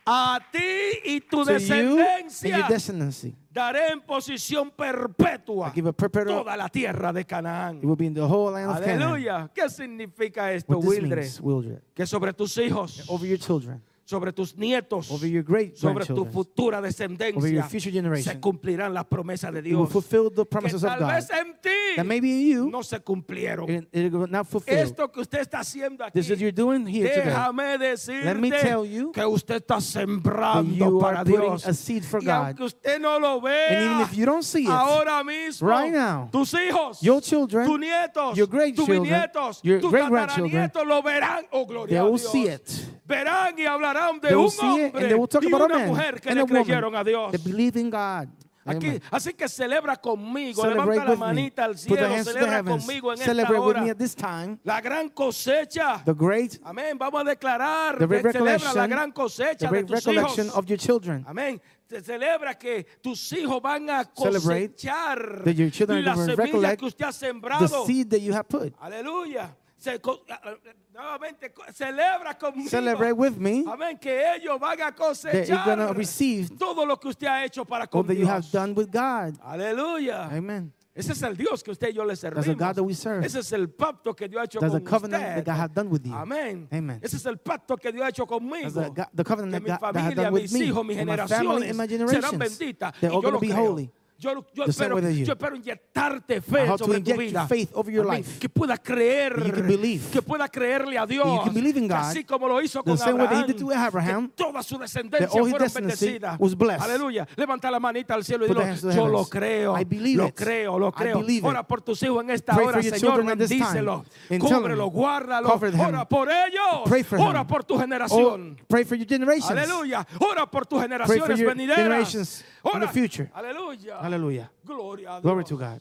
A: A ti y tu
B: To you and
A: descendencia
B: your descendancy.
A: daré en posición perpetua
B: I give a perpetual.
A: toda la tierra de Canaán.
B: It will be in the whole land of Canaan.
A: Aleluya. ¿Qué significa esto,
B: What this
A: Wildre?
B: means, wilderness.
A: Que sobre tus hijos,
B: Over your children,
A: sobre tus nietos,
B: over your great
A: sobre tu
B: grandchildren,
A: futura
B: over your
A: descendencia,
B: future
A: se
B: generation,
A: cumplirán las promesas de
B: you will
A: Dios.
B: fulfill the
A: Que
B: promises of
A: tal
B: God.
A: vez en ti
B: That maybe in you,
A: no se cumplieron.
B: it, it will not fulfill.
A: Esto que usted está haciendo aquí,
B: This is what you're doing here today.
A: déjame decirte
B: me tell you
A: que usted está sembrando
B: you
A: para
B: are putting
A: Dios.
B: a seed for
A: y
B: God.
A: aunque usted no lo
B: And
A: vea,
B: even if you don't see it,
A: ahora mismo,
B: right now,
A: tus hijos,
B: your children,
A: tus nietos,
B: your grandchildren,
A: tus nietos,
B: your
A: tus
B: great-grandchildren,
A: tataranietos lo verán, oh gloria
B: they
A: a
B: will
A: Dios.
B: see it.
A: Verán y hablarán de
B: They will
A: un
B: see it and
A: hombre
B: they will talk
A: y
B: about a
A: una
B: man
A: mujer que
B: and a
A: le creyeron a
B: woman
A: Dios.
B: that believe in God.
A: Aquí,
B: Amen.
A: así que celebra conmigo,
B: Celebrate
A: levanta la
B: with me.
A: manita al
B: Put the
A: cielo,
B: hands to the
A: celebra
B: heavens.
A: conmigo en
B: Celebrate
A: esta
B: with
A: hora.
B: me at this time.
A: La gran cosecha.
B: The great,
A: Amén. Vamos a declarar
B: the
A: que
B: great
A: celebra la
B: recollection,
A: gran
B: the
A: cosecha de
B: great
A: tus
B: recollection
A: hijos.
B: of your children.
A: Amén. Se celebra que tus hijos van a
B: Celebrate
A: cosechar
B: that your children
A: y la
B: will
A: semilla
B: recollect
A: que usted ha
B: The
A: sembrado.
B: seed that you have put.
A: Aleluya. Se co- ah, ah, nuevamente co- celebra conmigo.
B: Celebrate with me
A: Amén. Que ellos van a
B: that you're going to
A: cosechar
B: receive
A: todo lo que usted ha hecho para
B: all
A: con
B: that you have
A: Dios.
B: done with God.
A: Aleluya.
B: Amen.
A: Ese es el Dios que usted y yo le
B: the
A: servimos.
B: God that we serve.
A: Ese es el pacto que Dios ha hecho
B: That's the
A: con
B: covenant
A: usted.
B: that God has done with you.
A: Amén.
B: Amen.
A: Ese es el pacto que Dios ha hecho conmigo.
B: That's the go- the covenant
A: que
B: that
A: mi
B: God- that has
A: familia,
B: done
A: mis
B: with me,
A: hijos, mis
B: and my family
A: generaciones
B: and my
A: serán
B: generations.
A: benditas. y
B: They're all
A: yo
B: gonna
A: lo
B: be
A: creo.
B: holy.
A: Yo, lo- yo
B: The same
A: espero,
B: way that
A: yo
B: you-
A: espero inyectarte fe
B: I hope to
A: sobre tu
B: inject
A: vida.
B: faith over your
A: Amén.
B: life.
A: Que pueda creer.
B: That you can believe.
A: Que pueda creerle a Dios.
B: you can believe in
A: que
B: God.
A: Así como lo hizo
B: The
A: con
B: same way that he
A: Abraham.
B: did with Abraham,
A: Que toda su descendencia
B: all his
A: fueron
B: descendancy
A: bendecidas.
B: was blessed.
A: Aleluya. Levanta la manita al cielo y
B: Put the
A: dilo,
B: hands to the
A: yo lo
B: heavens.
A: creo.
B: I believe
A: lo
B: it.
A: creo, lo
B: I
A: creo.
B: believe it.
A: Ora por tus hijos en esta
B: Pray for
A: hora,
B: your
A: Señor,
B: children at this time.
A: bendícelos.
B: And tell them.
A: Cúbrelos, guárdalos.
B: Cover them.
A: Ora por ellos.
B: Pray for
A: Ora
B: them.
A: por tu
B: Oh,
A: generación.
B: pray for your generations.
A: Aleluya. Ora por tus generaciones
B: your
A: venideras.
B: generations in the
A: Ora.
B: future.
A: Aleluya.
B: Hallelujah.
A: Gloria a Dios.
B: Glory to God.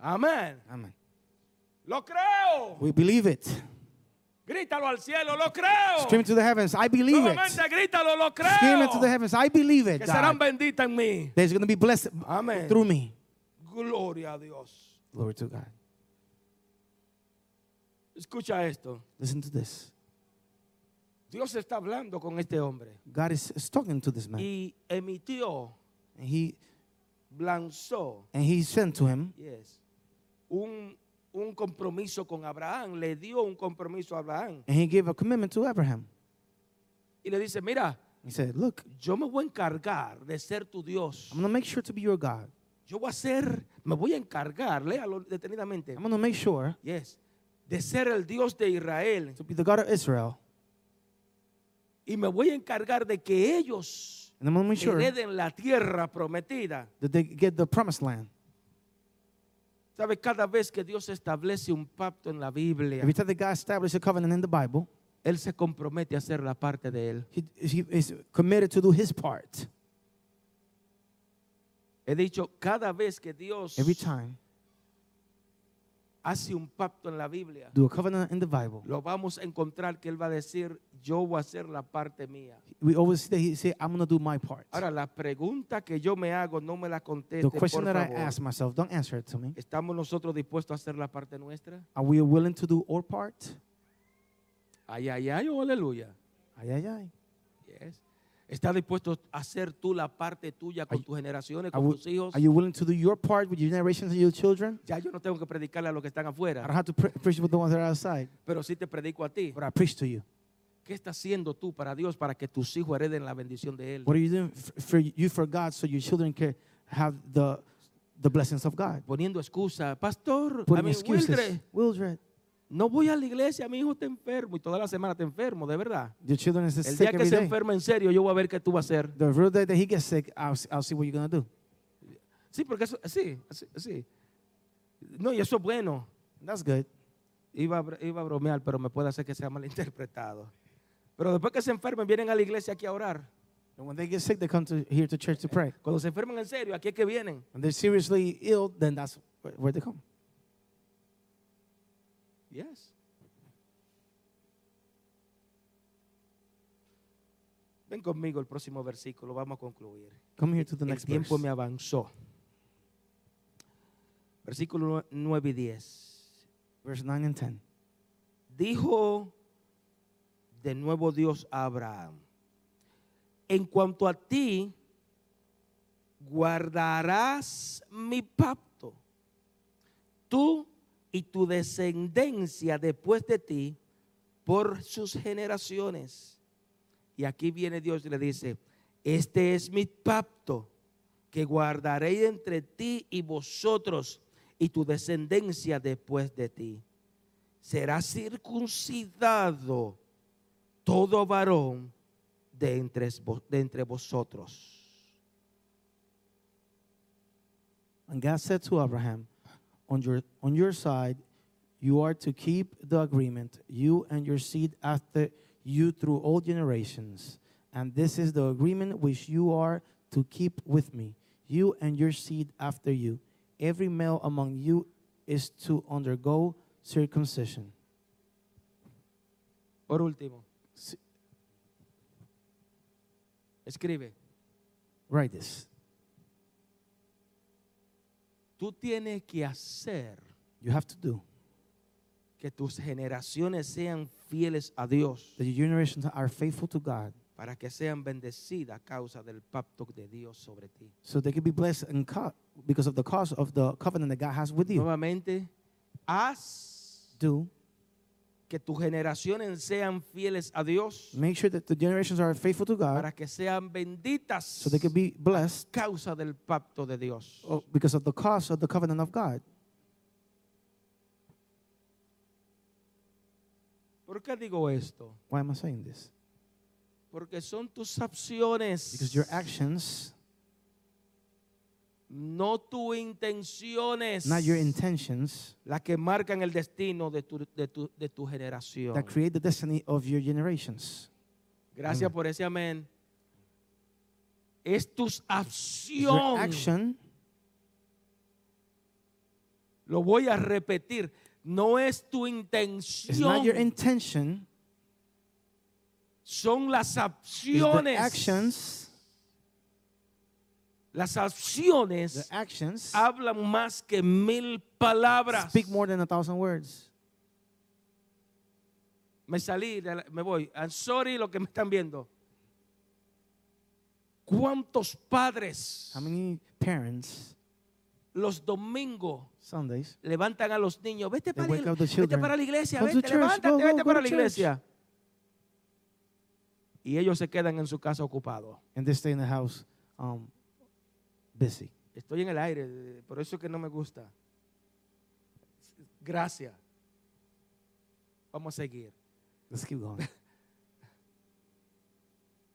A: Amén.
B: Amen.
A: Lo creo.
B: We believe it.
A: Grítalo al cielo. Lo creo.
B: Scream to the heavens. I believe it.
A: Nuevamente grítalo. Lo
B: Scream into the
A: creo.
B: heavens. I believe it.
A: Que serán
B: God.
A: benditas en mí.
B: There's going to be blessed
A: Amén.
B: through me.
A: Gloria a Dios.
B: Glory to God.
A: Escucha esto.
B: Listen to this.
A: Dios está hablando con este hombre
B: God is, is talking to this man.
A: y emitió,
B: And he
A: lanzó
B: and he sent to him
A: yes, un, un compromiso con Abraham, le dio un compromiso a Abraham
B: and he gave a commitment to Abraham.
A: y le dice, mira,
B: He said, Look,
A: yo me voy a encargar de ser tu Dios.
B: I'm gonna make sure to be your God.
A: Yo voy a ser, me voy a encargar, léalo detenidamente,
B: I'm gonna make sure
A: yes, de ser el Dios de Israel
B: to be the God of Israel.
A: y me voy a encargar de que ellos
B: And I'm gonna make sure
A: hereden la tierra prometida.
B: that they get the promised land.
A: ¿Sabe? Cada vez que Dios establece un pacto en la Biblia,
B: Every time that God established a covenant in the Bible,
A: Él se compromete a hacer la parte de Él.
B: he, he is committed to do his part
A: He dicho, cada vez que Dios
B: every time.
A: hace un pacto en la Biblia,
B: Do a covenant in the Bible.
A: lo vamos a encontrar que Él va a decir, yo voy a hacer la parte mía.
B: We always say, he say I'm gonna do my part.
A: Ahora, la pregunta que yo me hago, no me la conteste,
B: The
A: por
B: question that I
A: favor.
B: ask myself, don't answer it to me.
A: ¿Estamos nosotros dispuestos a hacer la parte nuestra?
B: Are we willing to do our part?
A: Ay, ay, ay, oh, aleluya.
B: Ay, ay, ay.
A: Yes. ¿Estás dispuesto a hacer tú la parte tuya con
B: Are-
A: tus generaciones,
B: Are,
A: con
B: we-
A: tus hijos?
B: are you willing to do your part with your generations and your children?
A: Ya yo no tengo que predicarle a los que están
B: I
A: afuera,
B: don't have to pre- preach with the ones that are outside,
A: pero sí te predico a ti.
B: but I preach to you.
A: ¿Qué estás haciendo tú para Dios para que tus hijos hereden la bendición de Él?
B: What are you doing f- for you for God so your children can have the the blessings of God?
A: Poniendo excusa, pastor, a
B: Putting
A: mí,
B: excuses. Wildred,
A: no voy a la iglesia, mi hijo está enfermo y toda la semana te enfermo, de verdad.
B: your children is
A: El
B: sick
A: día que
B: every
A: se
B: day.
A: enferma en serio, yo voy a ver qué tú vas a hacer.
B: The real day that he gets sick, I'll, s- I'll see what you're gonna do.
A: Sí, porque eso, sí, sí, sí. No, y eso es bueno.
B: And that's good.
A: Iba a, br- iba a bromear, pero me puede hacer que sea malinterpretado. Pero después que se enfermen, vienen a la iglesia aquí a orar.
B: And when they get sick, they come to here to church to pray.
A: Cuando se enferman en serio, aquí es que vienen.
B: When they're seriously ill, then that's where, where they come.
A: Yes. Ven conmigo el próximo versículo, vamos a concluir.
B: Come here to the
A: El
B: next
A: tiempo
B: verse.
A: me avanzó. Versículo 9 y 10.
B: Verse 9 and 10.
A: Dijo de nuevo Dios a Abraham, en cuanto a ti, guardarás mi pacto, tú y tu descendencia después de ti, por sus generaciones. Y aquí viene Dios y le dice, este es mi pacto que guardaré entre ti y vosotros y tu descendencia después de ti será circuncidado todo varón de entre, vo- de entre vosotros.
B: And God said to Abraham, on your, on your side, you are to keep the agreement, you and your seed after you through all generations. And this is the agreement which you are to keep with me, you and your seed after you. Every male among you is to undergo circumcision.
A: Por último,
B: S-
A: escribe,
B: write this.
A: tú tienes que hacer
B: You have to do
A: que tus generaciones sean fieles a Dios
B: that your generations are faithful to God,
A: para que sean bendecidas a causa del pacto de Dios sobre ti.
B: so they can be blessed and cut because of the cause of the covenant that God has with you.
A: Nuevamente, haz
B: Do
A: que tus generaciones sean fieles a Dios
B: make sure that the generations are faithful to God,
A: para que sean benditas
B: so they can be blessed
A: causa del pacto de Dios.
B: oh, because of the cause of the covenant of God.
A: ¿Por qué digo esto?
B: Why am I saying this?
A: Porque son tus acciones,
B: Because your actions,
A: no tus intenciones,
B: not your intentions,
A: las que marcan el destino de tu, de tu, de tu generación.
B: that create the destiny of your generations.
A: Gracias por ese amén. Es tus
B: It's Your
A: acciones.
B: action,
A: Lo voy a repetir. No es tu
B: it's not
A: intención.
B: your intention,
A: son las
B: it's the
A: acciones.
B: actions,
A: Las
B: the
A: acciones
B: actions
A: hablan más que mil palabras.
B: speak more than a thousand words.
A: Me salí, de la- me voy. I'm sorry lo que me están viendo. ¿Cuántos padres
B: How many parents
A: los domingos
B: Sundays
A: levantan a los niños? Vete
B: They
A: para, la,
B: wake up the
A: vete
B: children.
A: para la iglesia,
B: Go to
A: vete,
B: church,
A: levántate,
B: go, go,
A: vete
B: go
A: para
B: to
A: la
B: church.
A: iglesia. Y ellos se quedan en su casa ocupados.
B: and they stay in the house um, busy?
A: Estoy en el aire, eh, por eso es que no me gusta. Gracias. Vamos a seguir.
B: Let's keep going.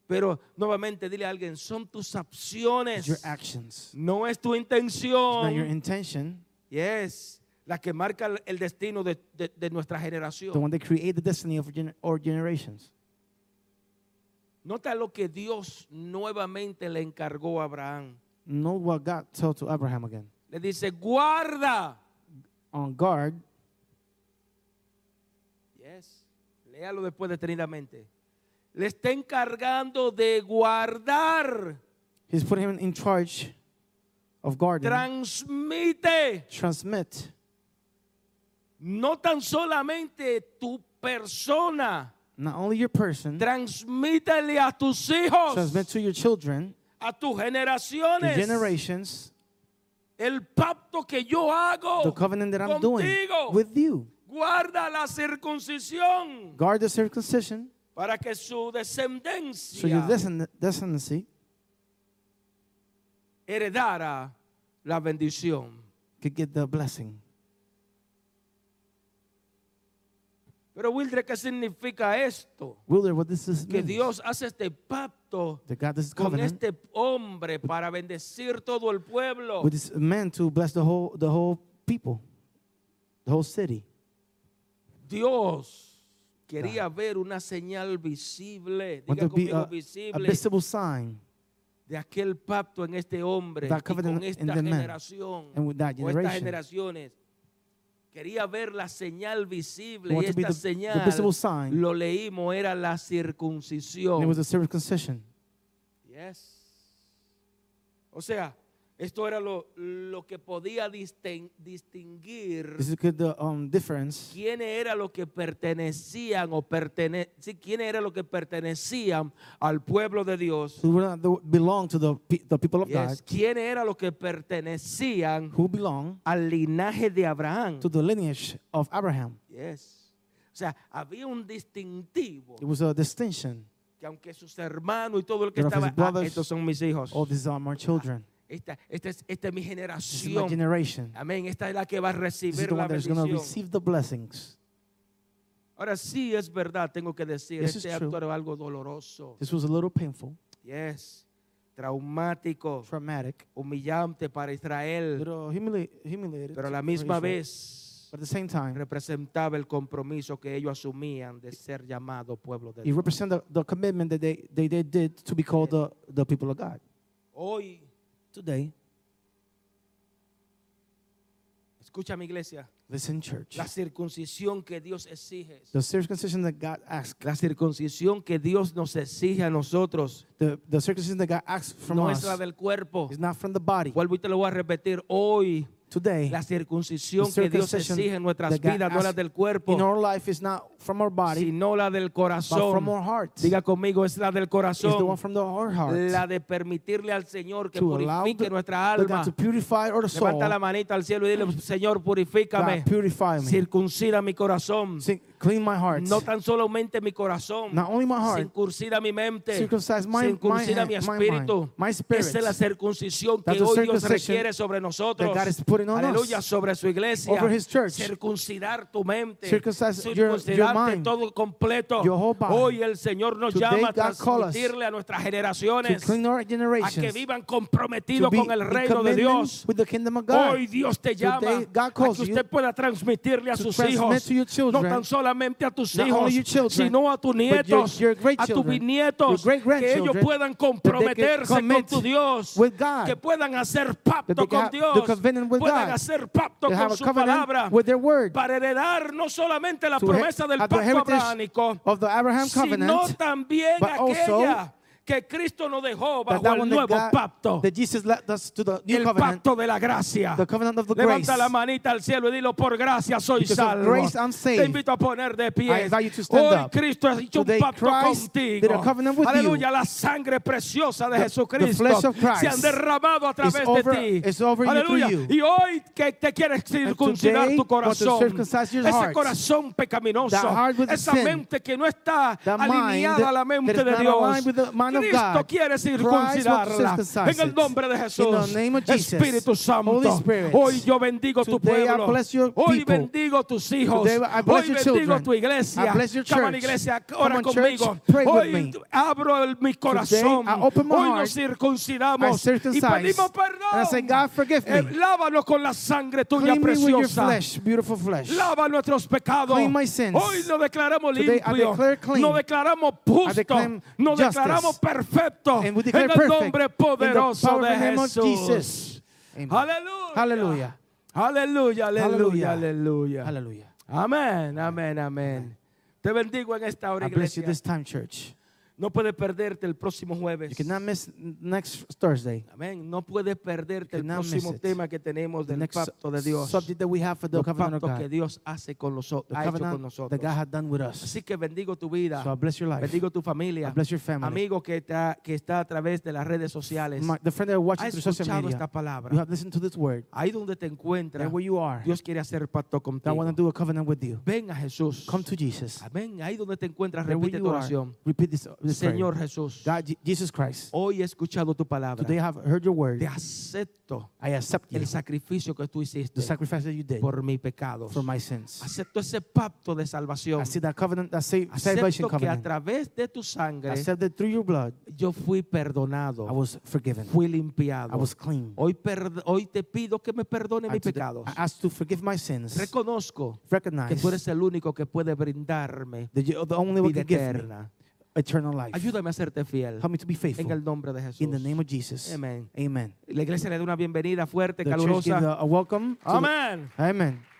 A: Pero nuevamente dile a alguien, son tus
B: It's
A: acciones.
B: your actions, it's
A: No es tu
B: not
A: intención.
B: your intention.
A: Yes, la que marca el- el destino de, de- de nuestra
B: the
A: generación.
B: one that create the destiny of gen- our generations.
A: Nota lo que Dios nuevamente le encargó a Abraham.
B: Know what God told to Abraham again.
A: Le dice, guarda.
B: On guard,
A: Yes, léalo después detenidamente. Le está encargando de guardar.
B: he's put him in charge of guarding.
A: Transmite.
B: transmit
A: No tan solamente tu persona.
B: not only your person,
A: Transmítele a tus hijos,
B: transmit to your children,
A: a tus
B: your
A: generaciones,
B: generations,
A: el pacto que yo hago
B: the covenant that I'm doing
A: Oh. contigo.
B: with you.
A: Guarda la circuncisión
B: Guard the circumcision,
A: para que su
B: so your
A: descendencia
B: descend- descendancy
A: heredara la bendición.
B: could get the blessing.
A: Pero Wildre, ¿qué significa esto?
B: Willer, what does this
A: Que
B: mean?
A: Dios hace este pacto
B: that God this
A: con
B: covenant
A: este hombre para bendecir todo el pueblo.
B: with this man to bless the whole the whole people, the whole city.
A: Dios quería ver una señal visible,
B: Want
A: diga
B: to be
A: conmigo
B: a, a
A: visible,
B: visible sign.
A: de aquel pacto en este hombre
B: That
A: y
B: covenant
A: con
B: in
A: esta
B: the man
A: generación
B: and with that
A: con estas
B: generation.
A: generaciones. Quería ver la señal visible
B: We
A: y
B: want to be
A: esta
B: the- the
A: señal
B: visible sign.
A: lo leímos era la
B: And it
A: circuncisión.
B: was a circumcision.
A: Yes. O sea, esto era lo, lo que podía disten- distinguir
B: This is good the um, difference
A: quiénes era lo que pertenecían o pertene sí, quiénes era lo que pertenecían al pueblo de Dios.
B: who were not the- belong to the, pe- the people of God,
A: Yes, quiénes era lo que pertenecían
B: who belong
A: al linaje de Abraham.
B: to the lineage of Abraham.
A: Yes. O sea, había un distintivo
B: It was a distinction.
A: que aunque sus hermanos y todo el que
B: There of
A: estaba,
B: his
A: "Ah,
B: brothers,
A: estos son mis hijos.
B: All these are my children.
A: Esta, esta es, esta es mi
B: This is my
A: generación.
B: generation.
A: Amén. Esta es la que va a
B: This is
A: recibir
B: the
A: la
B: one that is going to
A: bendición.
B: receive the blessings.
A: Ahora sí es verdad, tengo que decir,
B: This is
A: este
B: true.
A: acto era algo doloroso.
B: This was a little painful,
A: Yes. Traumático,
B: traumatic,
A: humillante para
B: a
A: Israel,
B: little humili- humiliated.
A: pero a la
B: for
A: misma
B: Israel.
A: vez
B: But at the same time,
A: representaba el compromiso que ellos asumían de ser llamado pueblo de
B: it
A: Dios.
B: represents the, the commitment that they, they, they did to be called the, the people of God.
A: Hoy,
B: Today,
A: escucha mi iglesia,
B: listen, church.
A: la circuncisión que Dios exige,
B: The circumcision that God asked,
A: la circuncisión que Dios nos exige a nosotros,
B: the, the circumcision that God asked from
A: no es
B: us
A: la del cuerpo.
B: is not from the body.
A: Vuelvo y te lo voy a repetir hoy.
B: Today,
A: La
B: the
A: circuncisión que Dios
B: circumcision
A: exige en nuestras
B: that God
A: vidas no es la
B: asked
A: del
B: in
A: cuerpo,
B: our life is not from our body,
A: sino la del
B: but from
A: corazón.
B: our heart.
A: Diga conmigo, es la del
B: It's the one
A: corazón.
B: from the, our heart.
A: La de permitirle al Señor que
B: to allow the,
A: purifique nuestra
B: the God
A: alma.
B: to purify our soul.
A: Levanta la manita al cielo y dile, Señor, purifícame.
B: God, purify me.
A: Circuncida mi corazón.
B: Sin- clean my heart.
A: No tan solamente mi corazón.
B: Not only my heart.
A: Circuncida mi mente.
B: Circumcise my-
A: circuncida
B: my
A: mi
B: hand- my
A: espíritu.
B: mind, my spirit.
A: Esa es la circuncisión
B: That's
A: que
B: the
A: hoy Dios
B: circumcision
A: requiere sobre nosotros.
B: God is putting on us.
A: Aleluya, sobre su iglesia.
B: Over his church.
A: Circuncidar tu mente.
B: Circumcise your- your
A: Circuncidarte
B: mind.
A: todo completo.
B: Your whole body.
A: Hoy el Señor nos
B: Today
A: llama a
B: God call us
A: transmitirle a nuestras
B: to
A: generaciones
B: clean our
A: a que
B: generations.
A: vivan
B: To
A: comprometidos
B: be
A: con el
B: in
A: reino de
B: commitment
A: Dios.
B: with the kingdom of God.
A: Hoy Dios te llama
B: Today, God
A: a que
B: calls
A: usted
B: you
A: pueda transmitirle a
B: to
A: sus
B: transmit
A: hijos,
B: to
A: no
B: your children,
A: tan solamente a tus
B: not
A: hijos,
B: only your children,
A: sino a tus
B: but your-
A: nietos,
B: your great
A: a tus
B: children,
A: bisnietos,
B: your great
A: que ellos
B: grandchildren,
A: puedan
B: that they can
A: comprometerse con
B: commit
A: tu Dios,
B: with God,
A: que puedan hacer pacto
B: they can
A: con
B: have the
A: Dios,
B: covenant with
A: puedan
B: God,
A: hacer pacto
B: they have
A: con
B: a
A: su
B: covenant
A: palabra,
B: with their word,
A: para heredar no solamente la
B: to
A: promesa
B: he-
A: del
B: of the
A: pacto
B: heritage
A: abrahámico,
B: of the Abraham
A: sino
B: covenant,
A: también
B: but also
A: aquella que Cristo nos dejó
B: that,
A: bajo
B: that
A: el
B: one that,
A: nuevo
B: God,
A: pacto
B: that Jesus led us to the new
A: el
B: covenant,
A: pacto de la gracia.
B: the covenant of the
A: Levanta
B: grace.
A: la manita al cielo y dilo por gracia soy
B: Because of
A: salvo.
B: grace I'm saved.
A: Te invito a poner de pie.
B: I invite you to stand
A: Hoy
B: up.
A: Cristo ha hecho
B: Today
A: un pacto
B: Christ did a covenant
A: contigo.
B: with you.
A: Aleluya, la sangre preciosa de
B: The- the
A: Jesucristo
B: flesh of Christ
A: se han derramado a través
B: over-
A: de ti.
B: is over you
A: Aleluya.
B: through you.
A: Y hoy que te quieres circuncidar
B: today
A: tu
B: want to
A: corazón,
B: circumcise your
A: ese
B: heart.
A: corazón pecaminoso,
B: That heart with
A: esa
B: sin.
A: mente que no está
B: That mind
A: alineada a la
B: that
A: mente
B: is
A: de
B: not
A: Dios.
B: aligned with the mind of
A: Cristo
B: God.
A: quiere
B: Christ will
A: circuncidarla.
B: circumcise
A: En el
B: it.
A: nombre de
B: In the
A: Jesús,
B: name of Jesus.
A: Espíritu Santo,
B: Holy Spirit,
A: hoy yo bendigo tu
B: today I
A: pueblo,
B: bless your
A: hoy
B: people.
A: bendigo tus hijos,
B: Today I bless
A: hoy
B: your
A: bendigo
B: children.
A: tu iglesia.
B: I bless your
A: Llama a la
B: church.
A: iglesia,
B: Come
A: ora
B: on,
A: conmigo.
B: church, pray with
A: Hoy
B: me.
A: abro el- mi corazón,
B: I open my
A: hoy
B: heart.
A: nos circuncidamos
B: I circumcise.
A: y pedimos
B: And I say,
A: perdón.
B: God, forgive me.
A: Eh, Lávalo con la sangre tuya
B: Clean me with your
A: preciosa.
B: flesh, beautiful flesh.
A: Lava nuestros pecados.
B: Clean my sins.
A: Hoy nos declaramos
B: Today I
A: limpios.
B: declare clean.
A: Nos declaramos
B: I
A: justos.
B: declare
A: Nos
B: justice.
A: declaramos perfectos.
B: And we
A: En
B: declare
A: el
B: perfect
A: nombre
B: in the
A: poderoso de
B: powerful name of
A: Jesús.
B: Jesus. Amen.
A: Aleluya.
B: Hallelujah.
A: Aleluya, aleluya,
B: Hallelujah.
A: aleluya.
B: Hallelujah.
A: Amén, amén, amén. Te bendigo en esta hora,
B: I bless you
A: iglesia.
B: this time, church.
A: No puedes perderte el próximo
B: You
A: jueves.
B: cannot miss next Thursday.
A: Amén. No puedes perderte
B: You
A: el
B: cannot miss
A: próximo
B: it.
A: tema que tenemos
B: The
A: del
B: next
A: pacto de Dios.
B: subject that we have for the
A: Los
B: covenant of
A: pactos que
B: God.
A: Dios hace con los,
B: The
A: ha hecho con
B: covenant that
A: nosotros.
B: God had done with us.
A: Así que bendigo tu vida.
B: So I bless your life.
A: Bendigo tu familia.
B: I bless your family.
A: Amigo que está, que está a través de las redes sociales.
B: My, the friend that are
A: Ha
B: watching through social
A: escuchado esta
B: media, you
A: palabra.
B: have listened to this word.
A: Ahí donde te encuentras,
B: And where you are,
A: Dios quiere hacer pacto
B: that I want
A: contigo.
B: to do a covenant with you.
A: Ven a Jesús.
B: Come to Jesus.
A: Amén. Ahí donde te encuentras,
B: There where
A: repite tu
B: you are,
A: oración.
B: repeat this, this prayer.
A: Señor Oh, Jesús,
B: God, Je- Jesus Christ,
A: hoy he escuchado tu palabra.
B: today I have heard your word.
A: Te acepto
B: I accept you,
A: el sacrificio que tú hiciste
B: the sacrifice that you did
A: por mi pecado.
B: for my sins.
A: Acepto ese pacto de salvación.
B: I see that covenant, that sa- salvation
A: Acepto que a
B: covenant.
A: través de tu sangre
B: Accept that through your blood,
A: yo fui perdonado.
B: I was forgiven.
A: fui limpiado.
B: I was clean.
A: Hoy, perd- hoy te pido que me perdone
B: I
A: mis
B: today-
A: pecados.
B: I ask to forgive my sins.
A: Reconozco que
B: Recognize
A: tú eres el único que puede brindarme
B: that you're the only one
A: vida
B: can give me
A: eterna.
B: eternal life.
A: Ayúdame a serte fiel
B: Help me to be
A: en el
B: faithful.
A: nombre de Jesús.
B: In the name of Jesus.
A: Amen.
B: Amen.
A: La iglesia le da una bienvenida fuerte,
B: The church give
A: calurosa.
B: a, a welcome. to the-
A: Amén.
B: Amen.